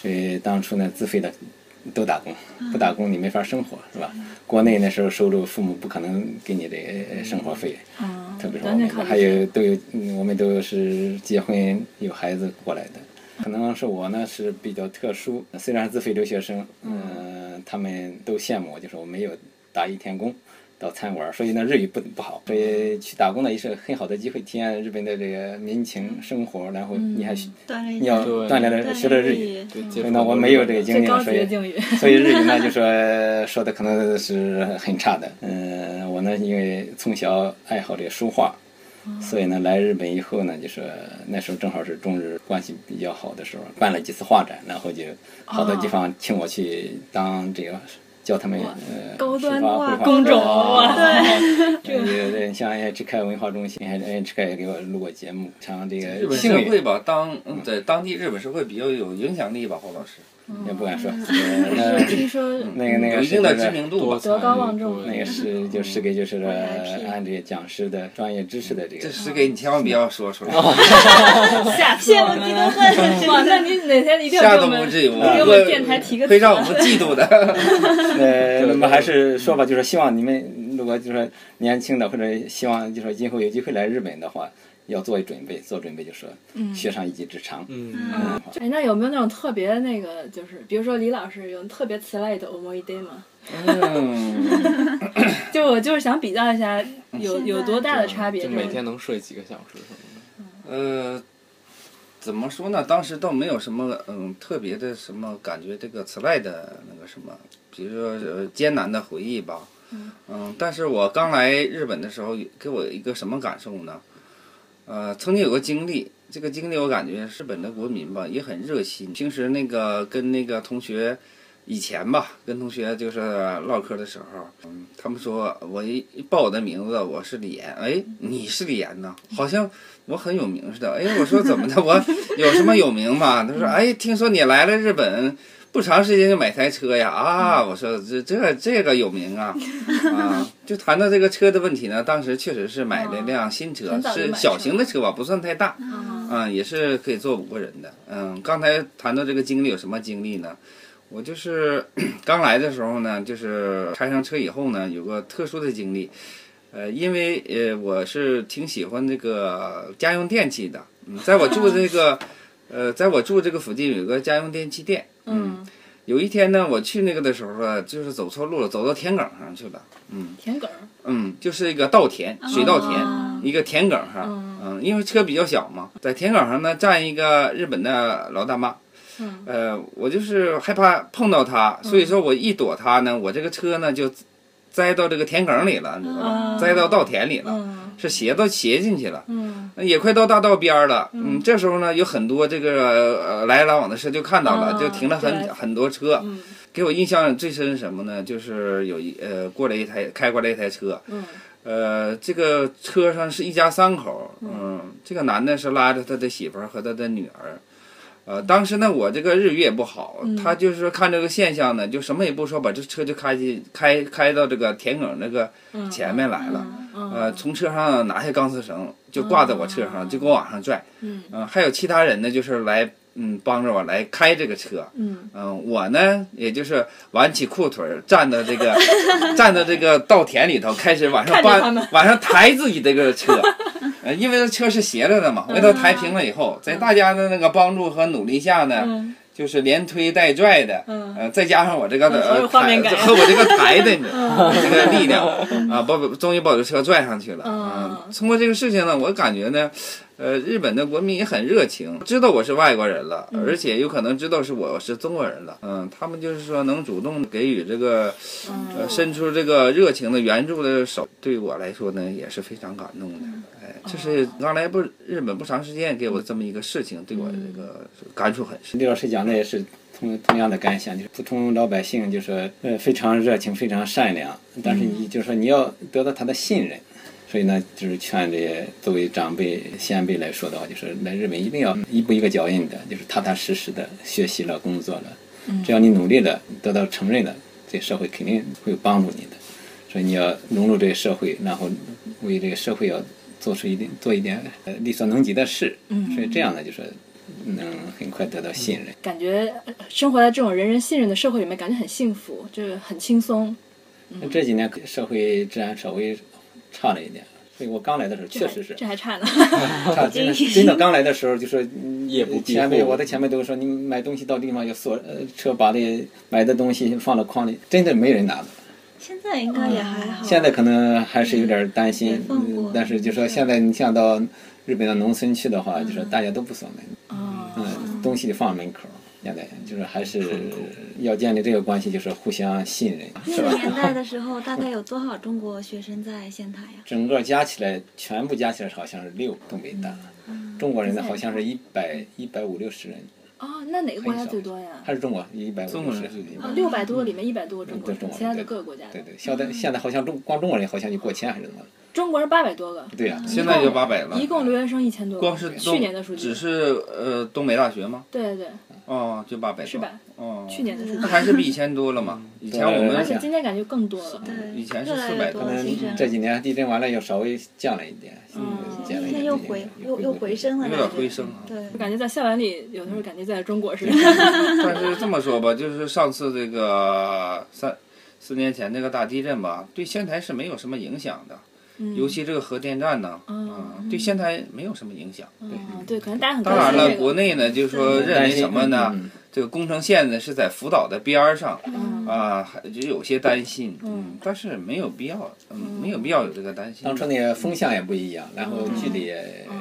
所以当初呢自费的都打工，不打工你没法生活是吧？国内那时候收入父母不可能给你的呃生活费，
嗯
特别，是我
咱
们
得考虑。
还有都有嗯我们都是结婚有孩子过来的。可能是我呢是比较特殊，虽然是自费留学生，嗯、他们都羡慕我，就是我没有打一天工到餐馆儿，所以呢日语不不好，所以去打工呢也是很好的机会，体验日本的这个民情生活，然后你还、学，
锻炼一
你要
下
对
锻炼
锻
了
炼
学了日
日
语，
语
对，接
所
触
以呢我没有这个经
最
历，
高级
所
的
以
境遇，
[LAUGHS] 所以日语呢，就说说的可能是很差的。嗯，我呢，因为从小爱好这书画，
哦
所以呢，来日本以后呢，就是那时候正好是中日关系比较好的时候，办了几次画展，然后就好多
哦
地方请我去当这个。教他们呃，
高端
书法
哇
绘画
工
种
啊
哇 [LAUGHS]
对，对对，像 NHK 文化中心，NHK 也给我录过节目，像这
日
个
本
幸
社
运
会吧，当嗯对当地日本社会比较有影响力吧，黄老师
也不
哦
敢说，呃
听说
那那个那
有
个
一
谁就
定的知
是
名度吧。
德
啊
高望重
那个是
嗯
就是给就是按这个讲师的专业知识的这个
这是给你千万不要说出来，
[LAUGHS]
[LAUGHS]
吓死
羡
我
慕
们
嫉
了
妒
[LAUGHS]
恨，
哇，那你哪天一定要
吓
给我
都不
们
至于，
给我们电台提个啊 [LAUGHS]
会让我们嫉妒的。 [LAUGHS]
呃，那么还是说吧，就是希望你们如果就是说年轻的或者希望就是说今后有机会来日本的话，要做准备，做准备就说
嗯
学上一技之长。
嗯，
嗯，
哎，那有没有那种特别那个，就是比如说李老师有特别词类的 omo i day 吗？
嗯，
[LAUGHS] 就我就是想比较一下有
现在
有多大的差别。
就
这种
每天能睡几个小时什么的。
呃，怎么说呢？当时倒没有什么嗯特别的什么感觉，这个此外的那个什么，比如说呃艰难的回忆吧。嗯，但是我刚来日本的时候，给我一个什么感受呢？呃，曾经有个经历，这个经历我感觉日本的国民吧也很热心，平时那个跟那个同学。以前吧，跟同学就是唠嗑的时候，嗯，他们说我一一报我的名字，我是李岩，哎，你是李岩呐，好像我很有名似的。哎，我说怎么的， [LAUGHS] 我有什么有名吗？他说，哎，听说你来了日本不长时间就买台车呀？啊，我说这这这个有名啊，啊，就谈到这个车的问题呢，当时确实是买了辆新车
很早，就是买
小
车
型的车吧，不算太大，嗯，也是可以坐五个人的。嗯，刚才谈到这个经历有什么经历呢？我就是 [CLEARS THROAT] 刚来的时候呢，就是开上车以后呢，有个特殊的经历，呃，因为呃我是挺喜欢这个家用电器的，嗯，在我住这个，呃，在我住这个附近有个家用电器店，嗯，有一天呢，我去那个的时候啊，就是走错路了，走到田埂上去了，
田埂儿，
嗯，就是一个稻田，水稻田，一个田埂上，嗯，因为车比较小嘛，在田埂上呢站一个日本的老大妈，嗯，呃，我就是害怕碰到她，所以说我一躲她呢，我这个车呢就栽到这个田埂里了，你知
嗯
道吧？嗯栽到稻田里了，是斜到斜进去了，嗯，也快到大道边儿了，嗯，这时候呢有很多这个呃来来往往的车就看到了，
啊
就停了很
对
很多车，给我印象最深是什么呢？就是有一呃过来一台开过来一台车，
嗯
呃，这个车上是一家三口，嗯，这个男的是拉着他的媳妇儿和他的女儿，呃，当时呢我这个日语也不好，他就是说看这个现象呢，就什么也不说，把这车就开进开开到这个田埂那个前面来了，
嗯
呃，从车上拿下钢丝绳就挂在我车
哦
上，就给我往上拽，嗯、还有其他人呢，就是来嗯帮着我来开这个车，
嗯
嗯，我呢，也就是挽起裤腿儿，站到
[LAUGHS]
这个，站到这个稻田里头，开始往上
看着他们
搬，往上抬自己这
[LAUGHS]
个车，呃，因为这车是斜着的嘛，回头抬平了以后，在大家的那个帮助和努力下呢，
嗯
就是连推带拽的，
嗯
呃，再加上我这个
嗯好有
呃
画面
抬
感
和我这个抬的
嗯
这个力量啊，把我终于把我这车拽上去了。
嗯
嗯，通过这个事情呢，我感觉呢，呃，日本的国民也很热情，知道我是外国人了，
嗯
而且有可能知道是我是中国人了。嗯，他们就是说能主动给予这个
嗯
呃伸出这个热情的援助的手，对我来说呢也是非常感动的。
嗯
哎，这是
哦
刚来不日本不长时间给我这么一个事情，对我
嗯
这个感触很深。
李老师讲的也是同同样的感想，就是普通老百姓就是呃非常热情，非常善良，但是你就是说你要得到他的信任，所以呢，就是劝这些作为长辈先辈来说的话，就是来日本一定要一步一个脚印的，就是踏踏实实的学习了，工作了，只要你努力了，得到承认了，这社会肯定会帮助你的。所以你要融入这个社会，然后为这个社会要做出一定做一点呃力所能及的事，所以这样呢，就是能很快得到信任。
感觉呃生活在这种人人信任的社会里面，感觉很幸福，就是很轻松。
那这几年社会治安稍微差了一点，所以我刚来的时候确实是
这还差呢。
差，真的真的刚来的时候就说嗯
夜不闭户
前辈，我的前辈都说你买东西到地方要锁呃车把这买的东西放到筐里，真的没人拿的。
现在应该也还好。
现在可能还是有点担心
也，放
嗯
过
但是就说现在你像
[LAUGHS] 哦
到日本的农村去的话，就是大家都不锁门，嗯，东西就放门口。现在就是还是要建立这个关系，就是互相信任，
那
是
个
吧？
年代的时候，大概有多少中国学生在仙台呀？
整个加起来，全部加起来好像是六，东北大，
嗯
中国人呢好像是一百一百五六十人，
哦，那哪个国家最多呀？
还是中国一百
中
五
国
十
人
人，
哦，六百多个里面一百多个中国
对
人，
中国人
其他的各个国家的。
对对，现
嗯
在现在好像中光中国人好像就过千还是怎么？
中国人八百多个，
对啊
嗯
呀、
哦
现在就八百了。
一共留学生一千多个。
光是东
去年的数据
只是呃东北大学吗？
对对对，
哦，就八百
是吧？
哦，
去年的数据
那，还是比以前多
[LAUGHS]
了嘛？以前我
而
们
且
对
今天感觉更多了。
对，
以前是
越
400
来越
多
多了，其实
嗯这几年地震完了又稍微降了一点，
嗯
降了一
哦现在
点，
又回又又回升了，
有点回。升啊。
对，
感觉在校园里，有的时候感觉在中国似的。
[LAUGHS] 但是这么说吧，就是上次这个三四年前那个大地震吧，对仙台是没有什么影响的， [LAUGHS]
嗯哦
尤其这个核电站呢，啊、对仙台没有什么影响。
嗯，对，可能大家很
当然
关
了，
心这
国
个。嗯
内呢，就是说认为什么呢？
嗯
这个工程线呢是在福岛的边儿上，啊，还就有些担心，嗯，但是没有必要，嗯，没有必要有这个担心。
当初那个风向也不一样，然后距离
嗯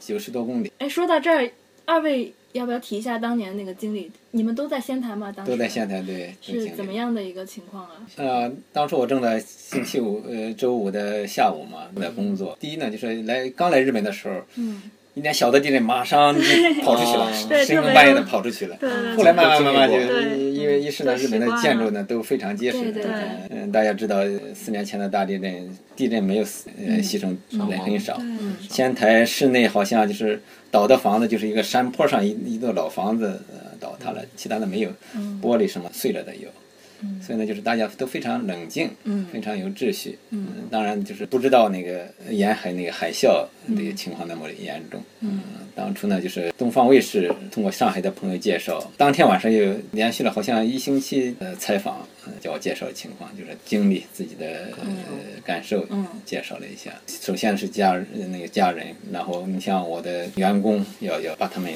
九十多公里，
哎，说到这儿，二位要不要提一下当年那个经历？你们都在仙台吗？当时
都在仙台对。
是怎么？样的一个情况啊？
呃，当初我正在星期五呃周五的下午嘛，在工作。第一呢，就是来刚来日本的时候，
嗯，
一点小的地震马上就跑出去了，
对
深
特
更
别
半夜的跑出去了。
对对
后
对
来慢慢慢慢就
对
因为一是呢，
都习
日本的
惯
建筑
了
呢都非常结实
对，对
嗯嗯，大家知道呃四年前的大地震，地震没有死呃牺牲
嗯
人很少。仙台市内好像就是倒的房子，就是一个山坡上一一座老房子呃倒塌了，其他的没有，玻璃什么碎了的有。所以呢，就是大家都非常冷静，非常有秩序。嗯，当然就是不知道那个沿海那个海啸的情况那么严重。嗯，当初呢，就是东方卫视通过上海的朋友介绍，当天晚上又连续了好像一星期呃采访，呃叫我介绍情况，就是经历自己的呃感受，介绍了一下。首先是家人那个家人，然后你像我的员工，要要把他们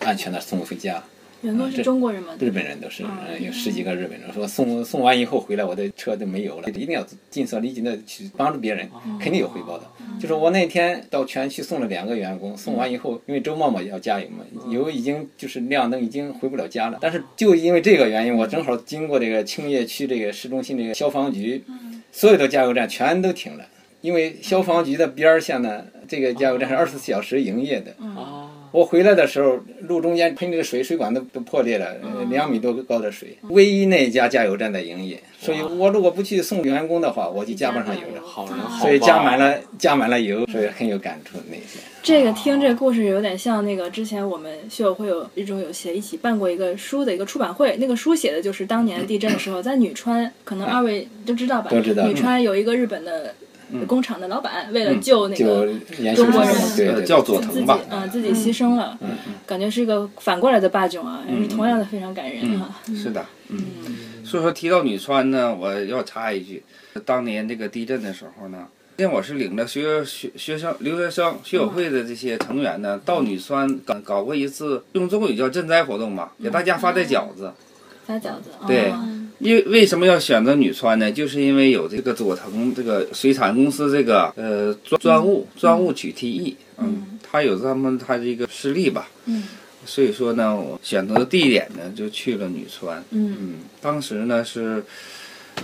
安全的送回家。
员工是
这
中国人吗？
日本人都是，嗯，有十几个日本人说送送完以后回来，我的车都没油了，一定要尽所能及的去帮助别人，肯定有回报的。就是我那天到全区送了两个员工，送完以后，因为周末嘛要加油嘛，油已经就是亮灯，已经回不了家了。但是就因为这个原因，我正好经过这个青叶区这个市中心这个消防局，所有的加油站全都停了。因为消防局的边儿下呢，这个加油站是二十四小时营业的。
啊
我回来的时候，路中间喷这个水，水管都都破裂了，
嗯
呃两米多高的水。唯一那一家加油站在营业，
嗯
所以我如果不去送员工的话，我就加不上油了。
好人
嗯
好
所以
报
加满了，加满了油，所以很有感触那些。
这个听这个故事有点像那个之前我们学友会有一中有协一起办过一个书的一个出版会，那个书写的就是当年地震的时候，在女川，可能二位都知道吧？
都知道
女川有一个日本的工厂的老板，为了
嗯
救那
就
个
延续
中国
这
人
种对
呃
对
叫
对，
佐
自己
藤吧，
嗯自己牺牲了，感觉是一个反过来的霸囧啊，也是同样的非常感人啊。
是的，嗯。所以说提到女川呢，我要插一句，当年这个地震的时候呢，那我是领着学学学生、留学生、学友会的这些成员呢，到女川搞搞过一次，用中国语叫赈灾活动吧，给大家发的饺子。
发饺子，
对
啊
因为为什么要选择女川呢？就是因为有这个佐藤这个水产公司这个呃专专务专务取缔役，嗯，他有他们他这个实力吧，嗯，所以说呢，我选择的地点呢就去了女川，
嗯
当时呢是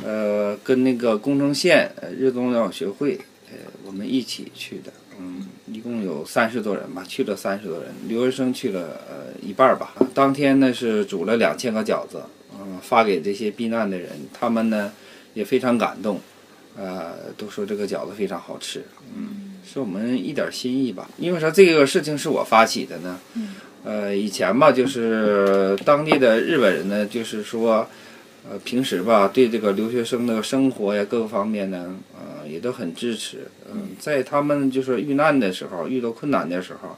呃跟那个宫城县呃日东药学会呃我们一起去的，嗯，一共有三十多人吧，去了三十多人，留学生去了呃一半儿吧。当天呢是煮了两千个饺子，嗯、发给这些避难的人，他们呢也非常感动，呃，都说这个饺子非常好吃，嗯，是我们一点心意吧。因为啥这个事情是我发起的呢？呃，以前吧，就是当地的日本人呢，就是说，呃，平时吧，对这个留学生的生活呀各个方面呢，呃，也都很支持。嗯、在他们就是遇难的时候，遇到困难的时候，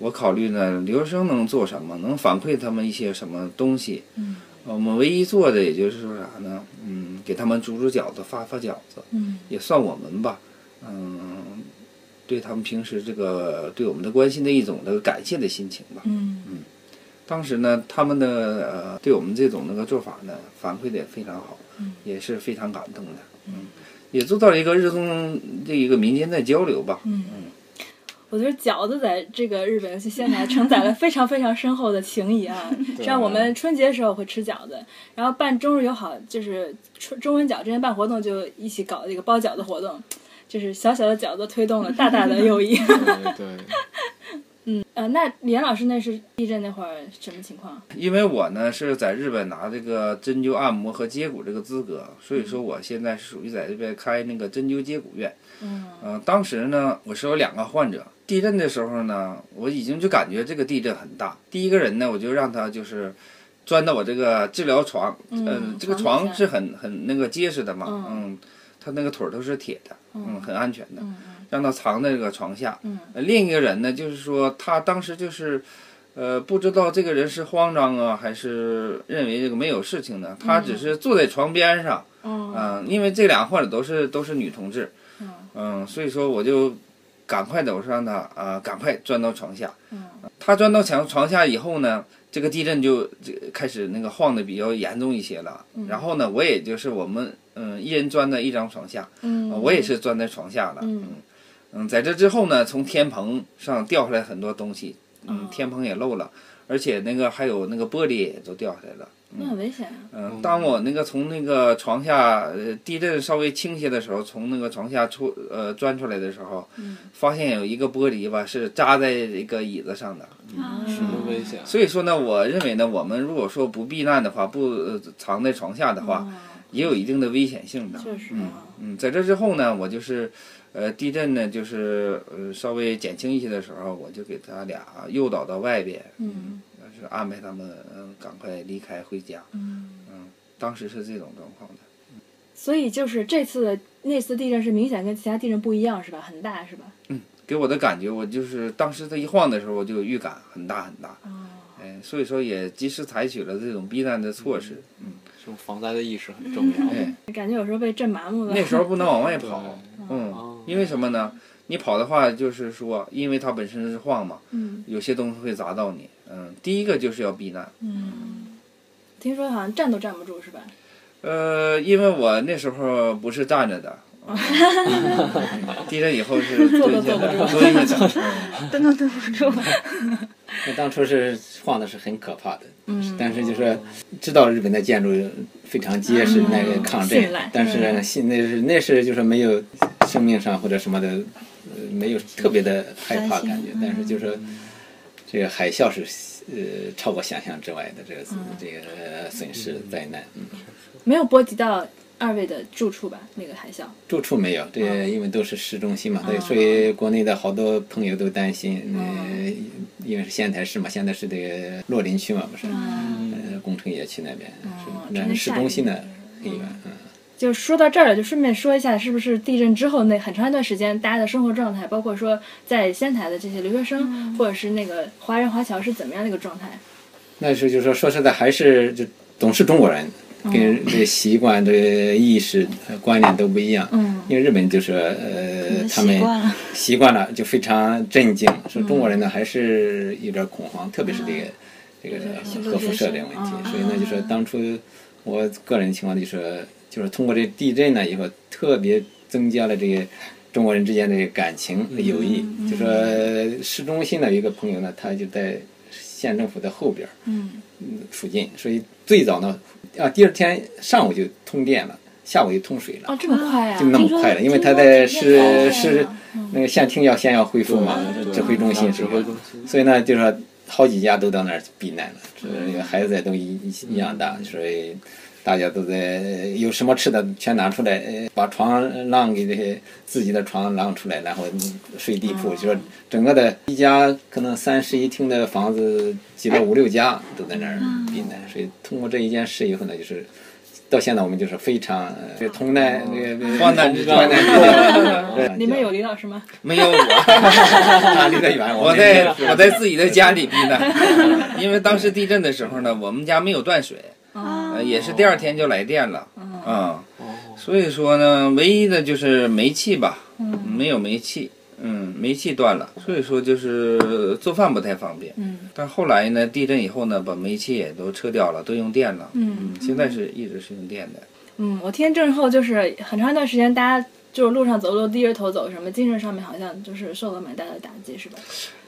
我考虑呢，留学生能做什么，能反馈他们一些什么东西。嗯、我们唯一做的也就是说啥呢？嗯，给他们煮煮饺子，发发饺子，
嗯
也算我们吧。嗯，对他们平时这个对我们的关心的一种的感谢的心情吧。
嗯
当时呢，他们的呃对我们这种那个做法呢，反馈的也非常好，也是非常感动的，嗯，也做到了一个日中的一个民间的交流吧，
嗯，我觉得饺子在这个日本，尤其仙台，承载了非常非常深厚的情谊啊。像我们春节的时候会吃饺子，然后办中日友好，就是春中文饺之前办活动就一起搞这个包饺子活动，就是小小的饺子推动了大大的友谊。
对对，
嗯，呃，那李岩老师那是地震那会儿什么情况？
因为我呢是在日本拿这个针灸按摩和接骨这个资格，所以说我现在是属于在这边开那个针灸接骨院。嗯、呃，当时呢我是有两个患者，地震的时候呢，我已经就感觉这个地震很大。第一个人呢，我就让他就是钻到我这个治疗床，嗯、呃这个
床底
床
下
是很很那个结实的嘛，嗯，他那个腿儿都是铁的，嗯，很安全的，让他藏在这个床下。呃另一个人呢，就是说他当时就是。呃，不知道这个人是慌张啊，还是认为这个没有事情呢？他只是坐在床边上，嗯、因为这俩患者都是都是女同志，嗯、所以说我就赶快的，我说让他啊、呃赶快钻到床下。呃他钻到墙床下以后呢，这个地震就这开始那个晃的比较严重一些了。然后呢，我也就是我们嗯、一人钻在一张床下，
嗯
呃我也是钻在床下了，嗯嗯，在这之后呢，从天棚上掉下来很多东西，嗯，天棚也漏了，而且那个还有那个玻璃也都掉下来了。
那很危险啊。
嗯，当我那个从那个床下呃地震稍微倾斜的时候，从那个床下出呃钻出来的时候，
嗯
发现有一个玻璃吧是扎在一个椅子上的，
什么危险？
所以说呢，我认为呢，我们如果说不避难的话，不、呃藏在床下的
啊
话，也有一定的危险性的。
确哦实啊，
嗯，在这之后呢，我就是，呃，地震呢，就是呃稍微减轻一些的时候，我就给他俩诱导到外边，嗯，就是安排他们嗯、赶快离开回家，嗯当时是这种状况的。
所以就是这次的那次地震是明显跟其他地震不一样，是吧？很大，是吧？
给我的感觉，我就是当时这一晃的时候，我就有预感很大很大，哎，所以说也及时采取了这种避难的措施。
这种防灾的意识很重
嗯
要。
哎，
感觉有时候被震麻木了。
那时候不能往外跑，
哦
嗯，因为什么呢？你跑的话，就是说，因为它本身是晃嘛，
嗯
有些东西会砸到你，嗯，第一个就是要避难，
听说好像站都站不住，是吧？
呃，因为我那时候不是站着的，嗯地震以后是蹲下的，蹲下的，嗯
真的对不住。
那当初是晃的是很可怕的，
嗯
但是就是知道日本的建筑非常结实，那个抗震
嗯信赖，嗯
但是信那是那是就是没有生命上或者什么的，呃没有特别的害怕感觉，但是就是
嗯
这个海啸是呃超过想象之外的这个
嗯
这个呃损失灾难，嗯。
没有波及到二位的住处吧？那个海啸。
住处没有，这个因为都是市中心嘛，对，所以国内的好多朋友都担心，嗯，因为是仙台市嘛，仙台市这个洛林区嘛，不是，呃，工程野区那边是，
真的
那市
下雨
中心的很远，嗯，
就说到这儿了，就顺便说一下，是不是地震之后那很长一段时间，大家的生活状态，包括说在仙台的这些留学生、或者是那个华人华侨是怎么样的一个状态？
那时候就说说实在还是就总是中国人，跟这习惯、这意识、呃观念都不一样，嗯，因为日本就是呃，他们
习惯了
习惯了就非常震惊，说中国人呢还是有点恐慌，特别啊是这个这个核辐射这个问题，所以呢，就是当初我个人情况就是就是通过这地震呢以后，特别增加了这个中国人之间的感情友谊。就说呃市中心的一个朋友呢，他就在县政府的后边儿，嗯，附近，所以最早呢，啊，第二天上午就通电了，下午就通水了。
哦，这么快呀、
就那么快了，因为他在市市那个县厅要先要恢复嘛，
对
指挥中心是
指
吧
挥中心
所以呢，就说好几家都到那儿避难了，这个孩子也都一一一样大，所以大家都在有什么吃的全拿出来，呃把床让给这些自己的床让出来，然后睡地铺，就说整个的一家可能三室一厅的房子，挤了五六家都在那儿避难，所以通过这一件事以后呢，就是。到现在我们就是非常呃这个同难那个
患难之患难之
难
你们有李老师吗？
没有我，
他离得远，
我
们也
在我在自己的家里避难，因为当时地震的时候呢，我们家没有断水，呃，也是第二天就来电了，嗯，
哦
所以说呢，唯一的就是煤气吧，没有煤气，嗯，煤气断了，所以说就是呃做饭不太方便，嗯，但后来呢，地震以后呢，把煤气也都撤掉了，都用电了，嗯，现在是一直是用电的，
嗯，我听郑后就是很长一段时间，大家就是路上走路低着头走，什么精神上面好像就是受了蛮大的打击，是吧？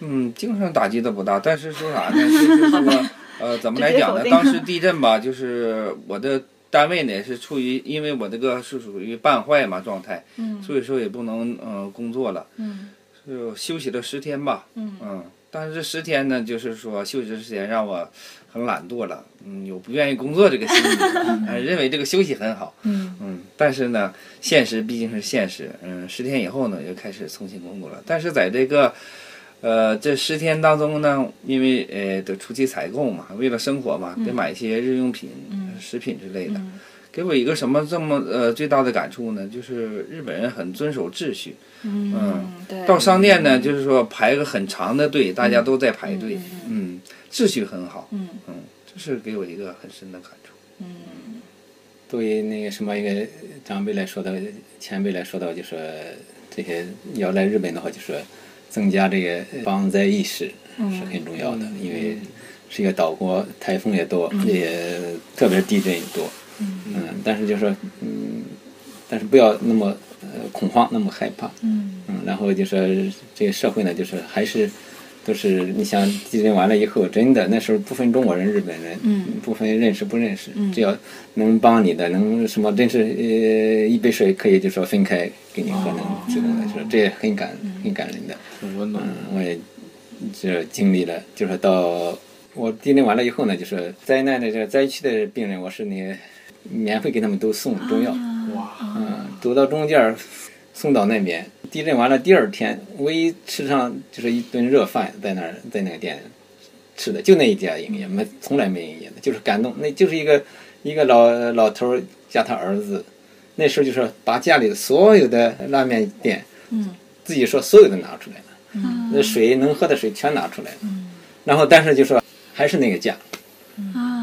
嗯，精神打击倒不大，但是
[LAUGHS]
说啥呢？就是说，呃，怎么来讲呢
直？接否
当
定
时地震吧，就是我的单位呢也是处于，因为我这个是属于半坏嘛状态，
嗯
所以说也不能嗯、呃工作了，
嗯
就休息了十天吧。
嗯
嗯，但是这十天呢，就是说休息这十天让我很懒惰了，嗯，有不愿意工作这个心
[LAUGHS]
理，呃认为这个休息很好。
嗯
嗯，但是呢，现实毕竟是现实。嗯，十天以后呢，又开始重新工作了。但是在这个，呃，这十天当中呢，因为呃得出去采购嘛，为了生活嘛，得买一些日用品、呃食品之类的。给我一个什么这么呃最大的感触呢？就是日本人很遵守秩序。
嗯，对，
到商店呢，就是说排个很长的队，大家都在排队。嗯，秩序很好。
嗯
嗯，这是给我一个很深的感触。
作为那个什么一个长辈来说的，前辈来说的，就说这些要来日本的话，就说增加这个防灾意识
嗯
是很重要的，因为是一个岛国，台风也
嗯
多，也特别是地震也多。嗯但是就说嗯，但是不要那么呃恐慌，那么害怕。
嗯
嗯，然后就说这个社会呢，就是还是都是你想地震完了以后，真的那时候不分中国人、日本人，
嗯
不分认识不认识，只要能帮你的，能什么，真是呃一杯水可以就说分开给你喝，能提供的时候，这也很感很感人的。
很温暖
嗯。，我也就是经历了，就是到我地震完了以后呢，就是灾难的这个灾区的病人，我是那个免费给他们都送中药。
哇，
嗯，走到中间儿，松岛那边地震完了，第二天唯一吃上就是一顿热饭，在那儿在那个店吃的，就那一家营业，没从来没营业的，就是感动，那就是一个一个老老头儿加他儿子，那时候就说把家里所有的拉面店，
嗯，
自己说所有的拿出来了，那水能喝的水全拿出来了，然后但是就说还是那个价，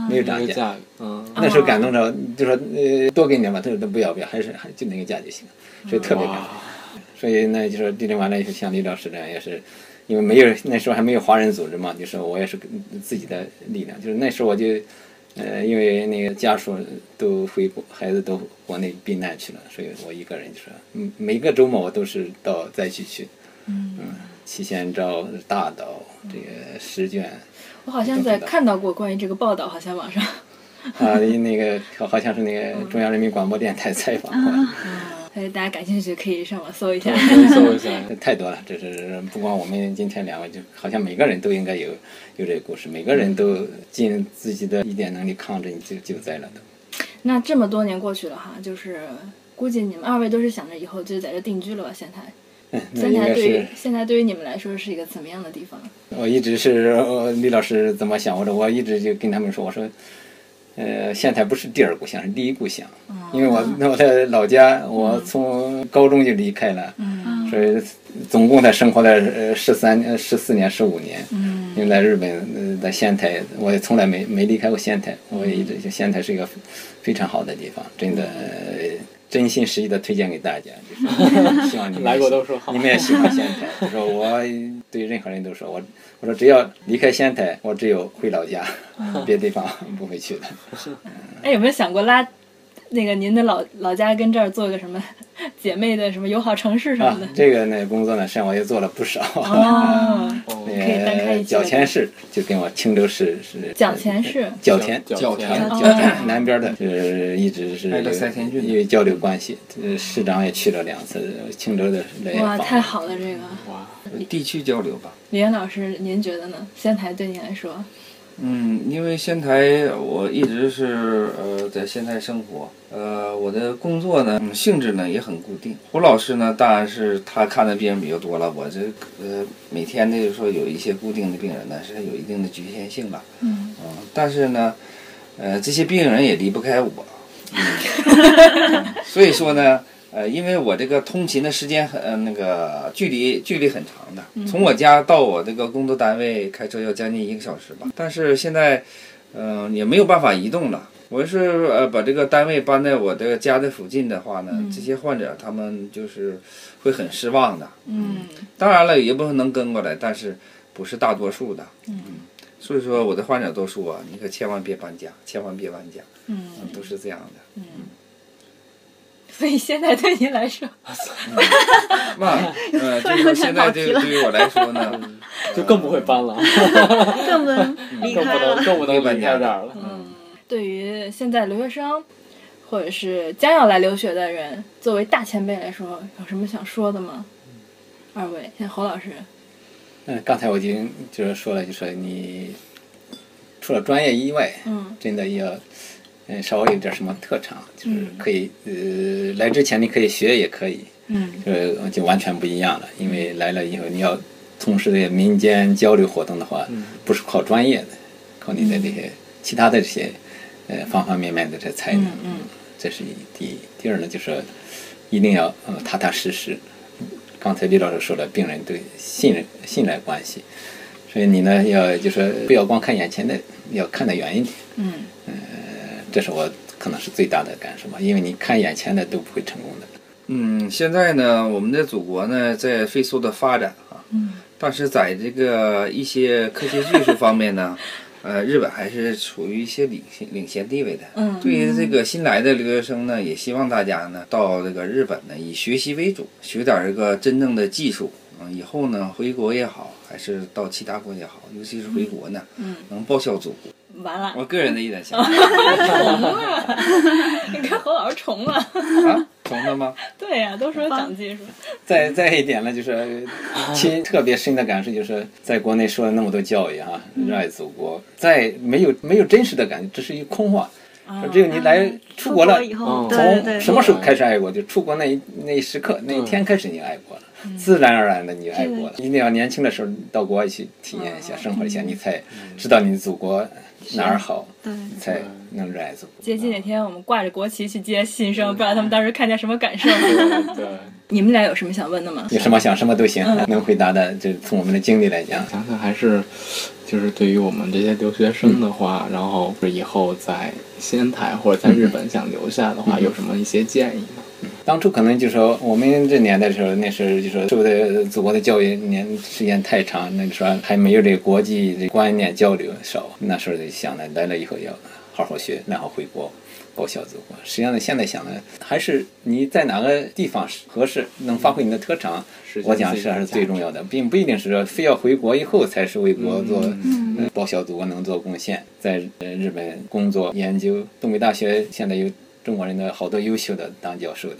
没有涨
那个
价。
价格，嗯，
那时候感动着，就说呃多给你点吧，他说都不要不要，还是还就那个价就行，所以特别感
哦
动。 [LAUGHS] 所以呢，就说地震完了以后，像李老师这样也是，因为没有那时候还没有华人组织嘛，就说我也是跟自己的力量，就是那时候我就呃因为那个家属都回国，孩子都国内避难去了，所以我一个人就说，嗯，每个周末我都是到灾区去，嗯，七仙沼、大岛、这个石卷。
我好像在看到过关于这个报道，好像网上， [LAUGHS]
啊，那个好好像是那个中央人民广播电台采访过的，
所以大家感兴趣可以上网搜一下。
可以搜一下。
这太多了，这是不光我们今天两位，就好像每个人都应该有有这个故事，每个人都尽自己的一点能力抗震救救灾了都。
[LAUGHS] 那这么多年过去了哈，就是估计你们二位都是想着以后就在这定居了吧？仙台，
嗯，那
仙
应
台
该
对于
是
仙台对于你们来说是一个怎么样的地方？
我一直是呃李老师怎么想我的，我一直就跟他们说，我说，呃，县台不是第二故乡，是第一故乡，因为我我的老家，我从高中就离开了，所以总共才生活了呃十三、十四年、十五年。因为在日本，呃，在仙台，我也从来没没离开过仙台，我也一直就仙台是一个非常好的地方，真的，呃真心实意的推荐给大家，就是希望你们
来过都说好
你们也喜欢仙
[LAUGHS]
台。我说我对任何人都说，我我说只要离开仙台，我只有回老家，别地方不会去的。
哎，有没有想过拉那个您的老老家跟这儿做一个什么姐妹的什么友好城市什
啊
么的？，
这个呢工作呢，实际上我也做了不少。 [LAUGHS] 啊
哦，
哦，
以单开一
呃，
集
角田市就跟我青州市是
角田市，
角田
角田
哦
角田南边的，就是一直是
挨着塞田郡的
因为交流关系，呃市长也去了两次，青州的来
哇，
访。
太好了，这个
哇，
地区交流吧。
李岩老师，您觉得呢？仙台对您来说，
嗯，因为仙台我一直是呃在仙台生活，呃我的工作呢、嗯性质呢也很固定。胡老师呢，当然是他看的病人比较多了，我这呃每天呢就是说有一些固定的病人呢是有一定的局限性了，
嗯
嗯，但是呢，呃这些病人也离不开我，嗯，所以说呢。呃，因为我这个通勤的时间很、呃、那个距离距离很长的，从我家到我这个工作单位开车要将近一个小时吧。但是现在，嗯、也没有办法移动了。我是呃把这个单位搬在我的家的附近的话呢，这些患者他们就是会很失望的。
嗯
当然了，有一部分能跟过来，但是不是大多数的。嗯，所以说我的患者都说、啊你嗯可千万别搬家，千万别搬家，
嗯，
都是这样的。
所以现在对您来说，
那 [LAUGHS] 呃，就是说现在对对于我来说 [LAUGHS] 呢，
就更不会搬了，
嗯
[LAUGHS] 更不能离
更不
开
能
了。
更不能
离开
离开这儿了。
对于现在留学生，或者是将要来留学的人，作为大前辈来说，有什么想说的吗？二位，像侯老师，
嗯，刚才我已经就是说了，就是你除了专业以外，
嗯
真的要嗯稍微有点什么特长，就是可以、呃来之前你可以学也可以，
嗯
呃就完全不一样了，因为来了以后你要从事这些民间交流活动的话，不是靠专业的，靠你的这些其他的这些呃方方面面的这才能，嗯嗯这是一第一。第二呢，就是说一定要呃踏踏实实。刚才李老师说了，病人对信任信赖关系，所以你呢要就是说不要光看眼前的，要看得远一点。
嗯
这是我可能是最大的感受吧，因为你看眼前的都不会成功的。
嗯，现在呢，我们的祖国呢在飞速的发展啊，但是在这个一些科学技术方
[LAUGHS]
面呢，呃，日本还是处于一些领先领先地位的。
嗯
对于这个新来的留学生呢，也希望大家呢到这个日本呢以学习为主，学点儿这个真正的技术。嗯，以后呢回国也好，还是到其他国家也好，尤其是回国呢，
嗯
能报效祖国。
完了，
我个人的一
[LAUGHS]
点想法
你看侯老师重了。 [LAUGHS]
啊，同的吗？
对呀、都说讲技术，
再再一点呢，就是
啊
亲特别深的感受，就是在国内受了那么多教育哈、
嗯
热爱祖国，再没有没有真实的感觉，这是一空话。
啊
只有你来出国了，
以后，
嗯
对
从
对
什
对，
么时候开始爱国？就出国那一那一时刻那一天开始，你爱国了，
嗯
自然而然的你就爱国了。一定要年轻的时候到国外去体验
啊
一下、生活一下，你才知道你祖国哪儿好，
对
你才能热爱祖国。
接机那天我们挂着国旗去接新生，不知道他们当时看见什么感受。 [LAUGHS]
对对，
你们俩有什么想问的吗？
有什么想什么都行，能回答的，就从我们的经历来讲，
想想还是，就是对于我们这些留学生的话，然后是以后在仙台或者在日本想留下的话，
嗯
有什么一些建议呢？
当初可能就说我们这年代的时候，那时候就说受的祖国的教育年时间太长，那个时候还没有这个国际的观念交流少，那时候就想呢，来了以后要好好学，然后回国。报效祖国，实际上呢，现在想呢，还是你在哪个地方合适，能发挥你的特长
实，现
我讲
自己
是
的
还是
价
最
值
重要的，并不一定是说非要回国以后才是为国做呃报效祖国能做贡献。在呃日本工作研究，东北大学现在有中国人的好多优秀的当教授的，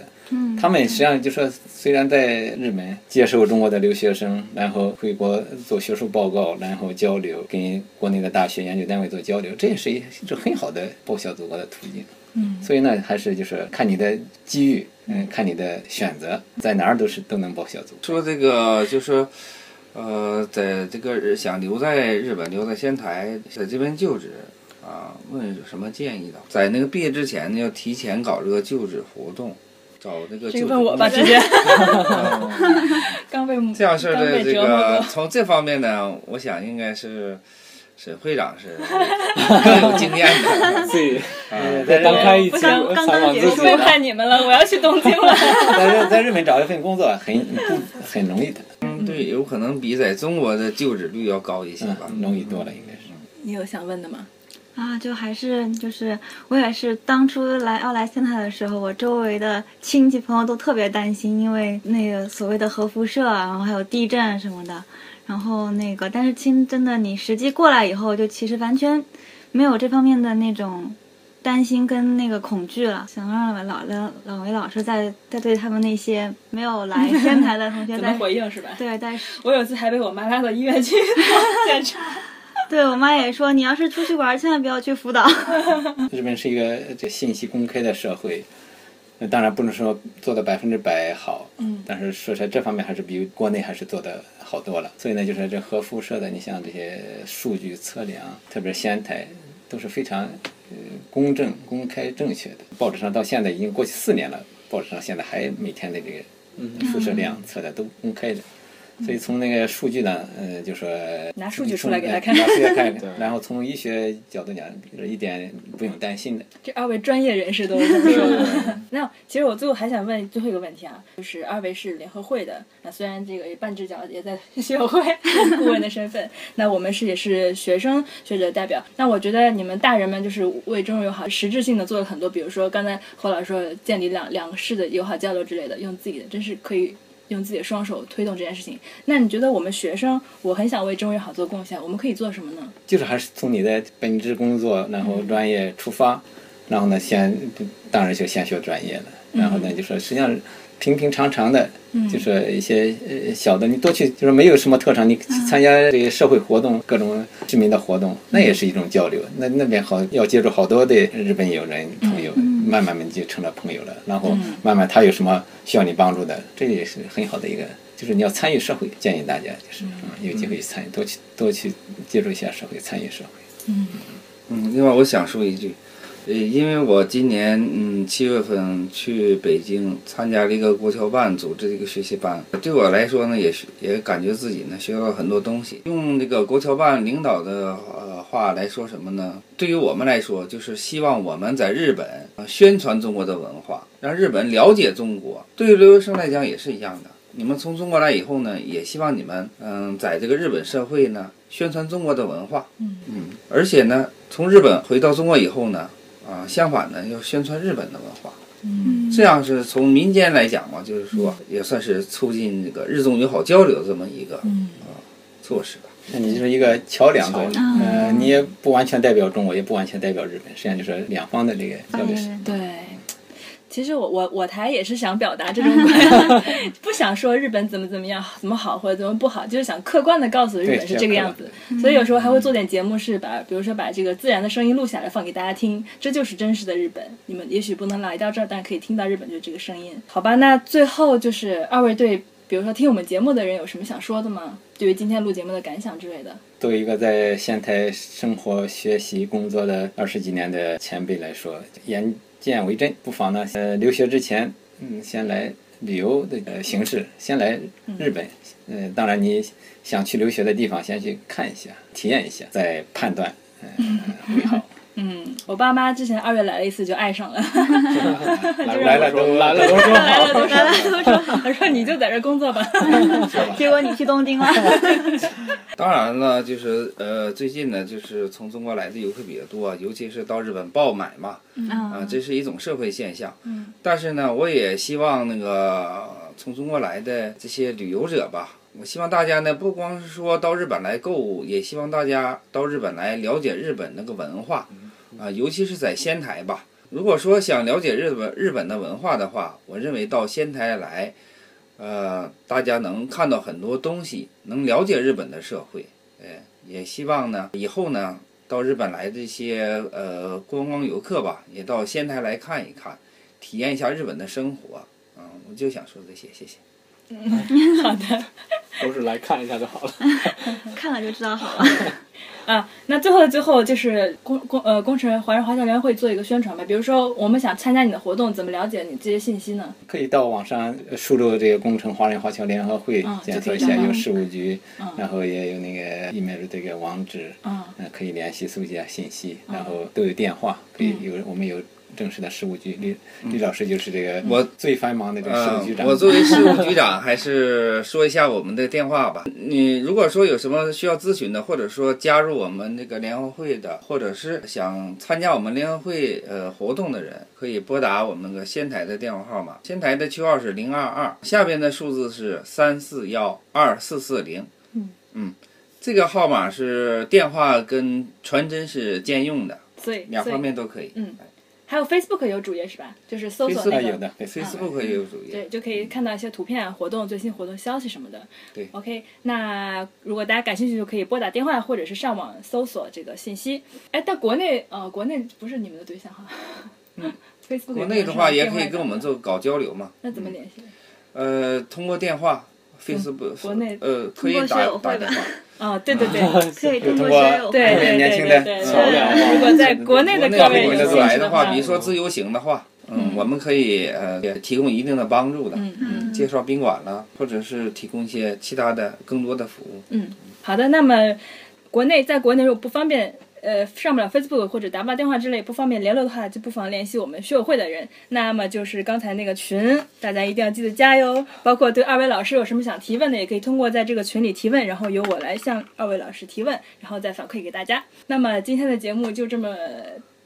他们实际上就说，虽然在日本接受中国的留学生，然后回国做学术报告，然后交流，跟国内的大学研究单位做交流，这也是一种很好的报效祖国的途径。嗯，所以呢，还是就是看你的机遇，嗯，看你的选择，在哪儿都是都能报效祖国。
说这个就是说，呃，在这个日想留在日本，留在仙台，在这边就职啊，问有什么建议的？在那个毕业之前呢，要提前搞这个就职活动，找那个就
这
职
个问我吧，
公司
直接。 [LAUGHS] 刚被
这样式
刚
的
被
这
折磨
个
[LAUGHS] 过，
从这方面呢，我想应该是沈会长
[LAUGHS]
是更有经验
[LAUGHS]
的。
自己
啊
再单开一期
不想
采
刚刚
访
结
自
束
己
背，叛你们了，我要去东京了。
在在日本找一份工作很不很容易的，
嗯对，有可能比在中国的就职率要高一些吧。
嗯，容易多了应该是。
你有想问的吗？
啊，就还是就是我也是当初来奥莱仙台的时候，我周围的亲戚朋友都特别担心，因为那个所谓的核辐射啊，然后还有地震什么的，然后那个但是亲真的你实际过来以后，就其实完全没有这方面的那种担心跟那个恐惧了。想让老老老韦老师再再对他们那些没有来仙台的同学
怎么
再
回应是吧？
对再
我有一次还被我妈拉到医院去 [LAUGHS] 检查。
对我妈也说，你要是出去玩儿，千万不要去福岛。
日本是一个这信息公开的社会，那当然不能说做到百分之百好，嗯，但是说起来这方面还是比国内还是做的好多了。所以呢，就是这核辐射的，你像这些数据测量，特别是仙台，都是非常呃公正、公开、正确的。报纸上到现在已经过去
嗯
四年了，报纸上现在还每天的这个辐射量测的都公开的。所以从那个数据呢，呃，就说
拿数据出来给他
他
看
拿数据看
对，
然后从医学角度讲，是一点不用担心的。
这二位专业人士都这么说
对
的。那其实我最后还想问最后一个问题啊，就是二位是联合会的，那虽然这个半只脚也在 [LAUGHS] 学友会顾问的身份，那我们是也是学生学者代表。那我觉得你们大人们就是为中日友好实质性的做了很多，比如说刚才侯老师说建立两两市的友好交流之类的，用自己的真是可以。用自己的双手推动这件事情。那你觉得我们学生，我很想为中日友好做贡献，我们可以做什么呢？
就是还是从你的本职工作，然后专业出发，然后呢，先当然就先学专业了，然后呢，就说实际上平平常常的，就是一些呃小的，你多去就是没有什么特长，你参加这个社会活动，各种市民的活动，那也是一种交流。那那边好要接触好多的日本友人朋友，慢慢们就成了朋友了，然后慢慢他有什么需要你帮助的，这也是很好的一个。就是你要参与社会，建议大家就是、嗯、有机会参与，多去多去接触一下社会，参与社会。
嗯，另外我想说一句，呃，因为我今年嗯七月份去北京参加了一个国侨办组织的一个学习班，对我来说呢，也是也感觉自己呢学到了很多东西。用这个国侨办领导的呃话来说什么呢？对于我们来说，就是希望我们在日本呃宣传中国的文化，让日本了解中国。对于留学生来讲也是一样的。你们从中国来以后呢，也希望你们嗯，在这个日本社会呢，宣传中国的文化，嗯而且呢，从日本回到中国以后呢，啊，相反呢，要宣传日本的文化。嗯，这样是从民间来讲嘛，就是说也算是促进这个日中友好交流这么一个、啊措施吧。
那你就是一个桥梁吧，
桥
嗯、呃，你也不完全代表中国，也不完全代表日本，实际上就是两方的这个交流。
[LAUGHS] 对，其实我我我台也是想表达这种观点， [LAUGHS] 不想说日本怎么怎么样，怎么好或者怎么不好，就是想客观的告诉日本是这个样子。所以有时候还会做点节目，是把比如说把这个自然的声音录下来放给大家听，这就是真实的日本。你们也许不能来到这儿，但可以听到日本就是这个声音，好吧？那最后就是二位对。比如说听我们节目的人有什么想说的吗？对于今天录节目的感想之类的。
作为一个在仙台生活、学习、工作的二十几年的前辈来说，眼见为真，不妨呢，呃，留学之前，嗯，先来旅游的呃形式，先来日本，嗯、呃，当然你想去留学的地方，先去看一下，体验一下，再判断，嗯、呃，会好。
嗯，我爸妈之前二月来了一次就爱上了， [LAUGHS]
来了都
[LAUGHS] 来了都说
来了都说都说，我说你就在这儿工作吧。
[LAUGHS] 结果你去东京了，
当然了，就是呃，最近呢，就是从中国来的游客比较多，啊尤其是到日本爆买嘛，
嗯
啊、这是一种社会现象。嗯，但是呢，我也希望那个从中国来的这些旅游者吧，我希望大家呢，不光是说到日本来购物，也希望大家到日本来了解日本那个文化，啊、尤其是在仙台吧。如果说想了解日本日本的文化的话，我认为到仙台来，呃，大家能看到很多东西，能了解日本的社会，哎，也希望呢，以后呢，到日本来这些呃观光游客吧，也到仙台来看一看，体验一下日本的生活。嗯，我就想说这些，谢谢。
好的，
都是来看一下就好了。
看了就知道好了。
啊，那最后的最后就是工工呃工程华人华侨联会做一个宣传吧。比如说，我们想参加你的活动，怎么了解你这些信息呢？
可以到网上呃输入这个工程华人华侨联合会
嗯，
检
就
索
可以
一
找
下
到
有事务局，然后也有那个 email 这个网址，
嗯
嗯，可以联系搜集一下信息，然后都有电话，可以
嗯
有我们有正式的事务局，李李老师就是这个
我
最繁忙的这个
呃
事务局长，
嗯我
[LAUGHS]
作为事务局长，还是说一下我们的电话吧。你如果说有什么需要咨询的，或者说加入我们这个联欢会的，或者是想参加我们联欢会呃活动的人，可以拨打我们那个仙台的电话号码，仙台的区号是零二二，下边的数字是三四幺二四四零。嗯嗯，这个号码是电话跟传真是兼用的，
所以，
两
所
方
以
面都可以。
嗯还有 Facebook 有主页是吧？就是搜索那
啊
个
有的
，Facebook 也有主页。
对，就可以看到一些图片、啊活动、最新活动消息什么的。
对
，OK，那如果大家感兴趣，就可以拨打电话或者是上网搜索这个信息。哎，但国内呃，国内不是你们的对象哈。嗯，Facebook
国内的话，也可以
跟
跟我们，做搞交流嘛。
那怎么联系？
呃，通过电话，Facebook，
国内
呃，可
通
以
过学
打
友会
打
吧
电 [LAUGHS] 话。
啊，对对对，
可以通
通
过
过
学友
对
会，
对
对
年
对
轻
对
的
对
桥梁
如果在国内的
国内
各位
要
有
是
兴
来
趣
的
话 [LAUGHS]
话，比，如说自由行的话，嗯，我们可以呃也提供一定的帮助的，
嗯嗯
介绍宾馆啦，或者是提供一些其他的更多的服务。
嗯，好的。那么国内在国内如果不方便。呃，上不了 Facebook 或者打不了电话之类不方便联络的话，就不妨联系我们学委会的人。那么就是刚才那个群，大家一定要记得加油。包括对二位老师有什么想提问的，也可以通过在这个群里提问，然后由我来向二位老师提问，然后再反馈给大家。那么今天的节目就这么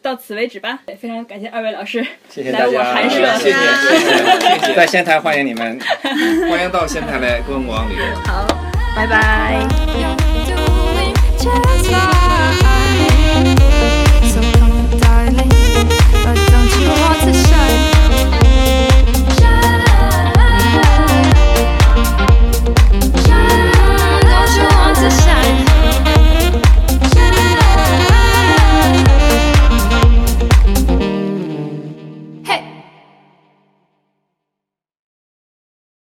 到此为止吧。也非常感谢二位老师
谢谢
来
大
我
家，
寒舍
谢谢谢谢谢 [LAUGHS]
在仙台欢迎你们。
谢，欢迎到仙台来观光旅游。
好，拜拜。
You're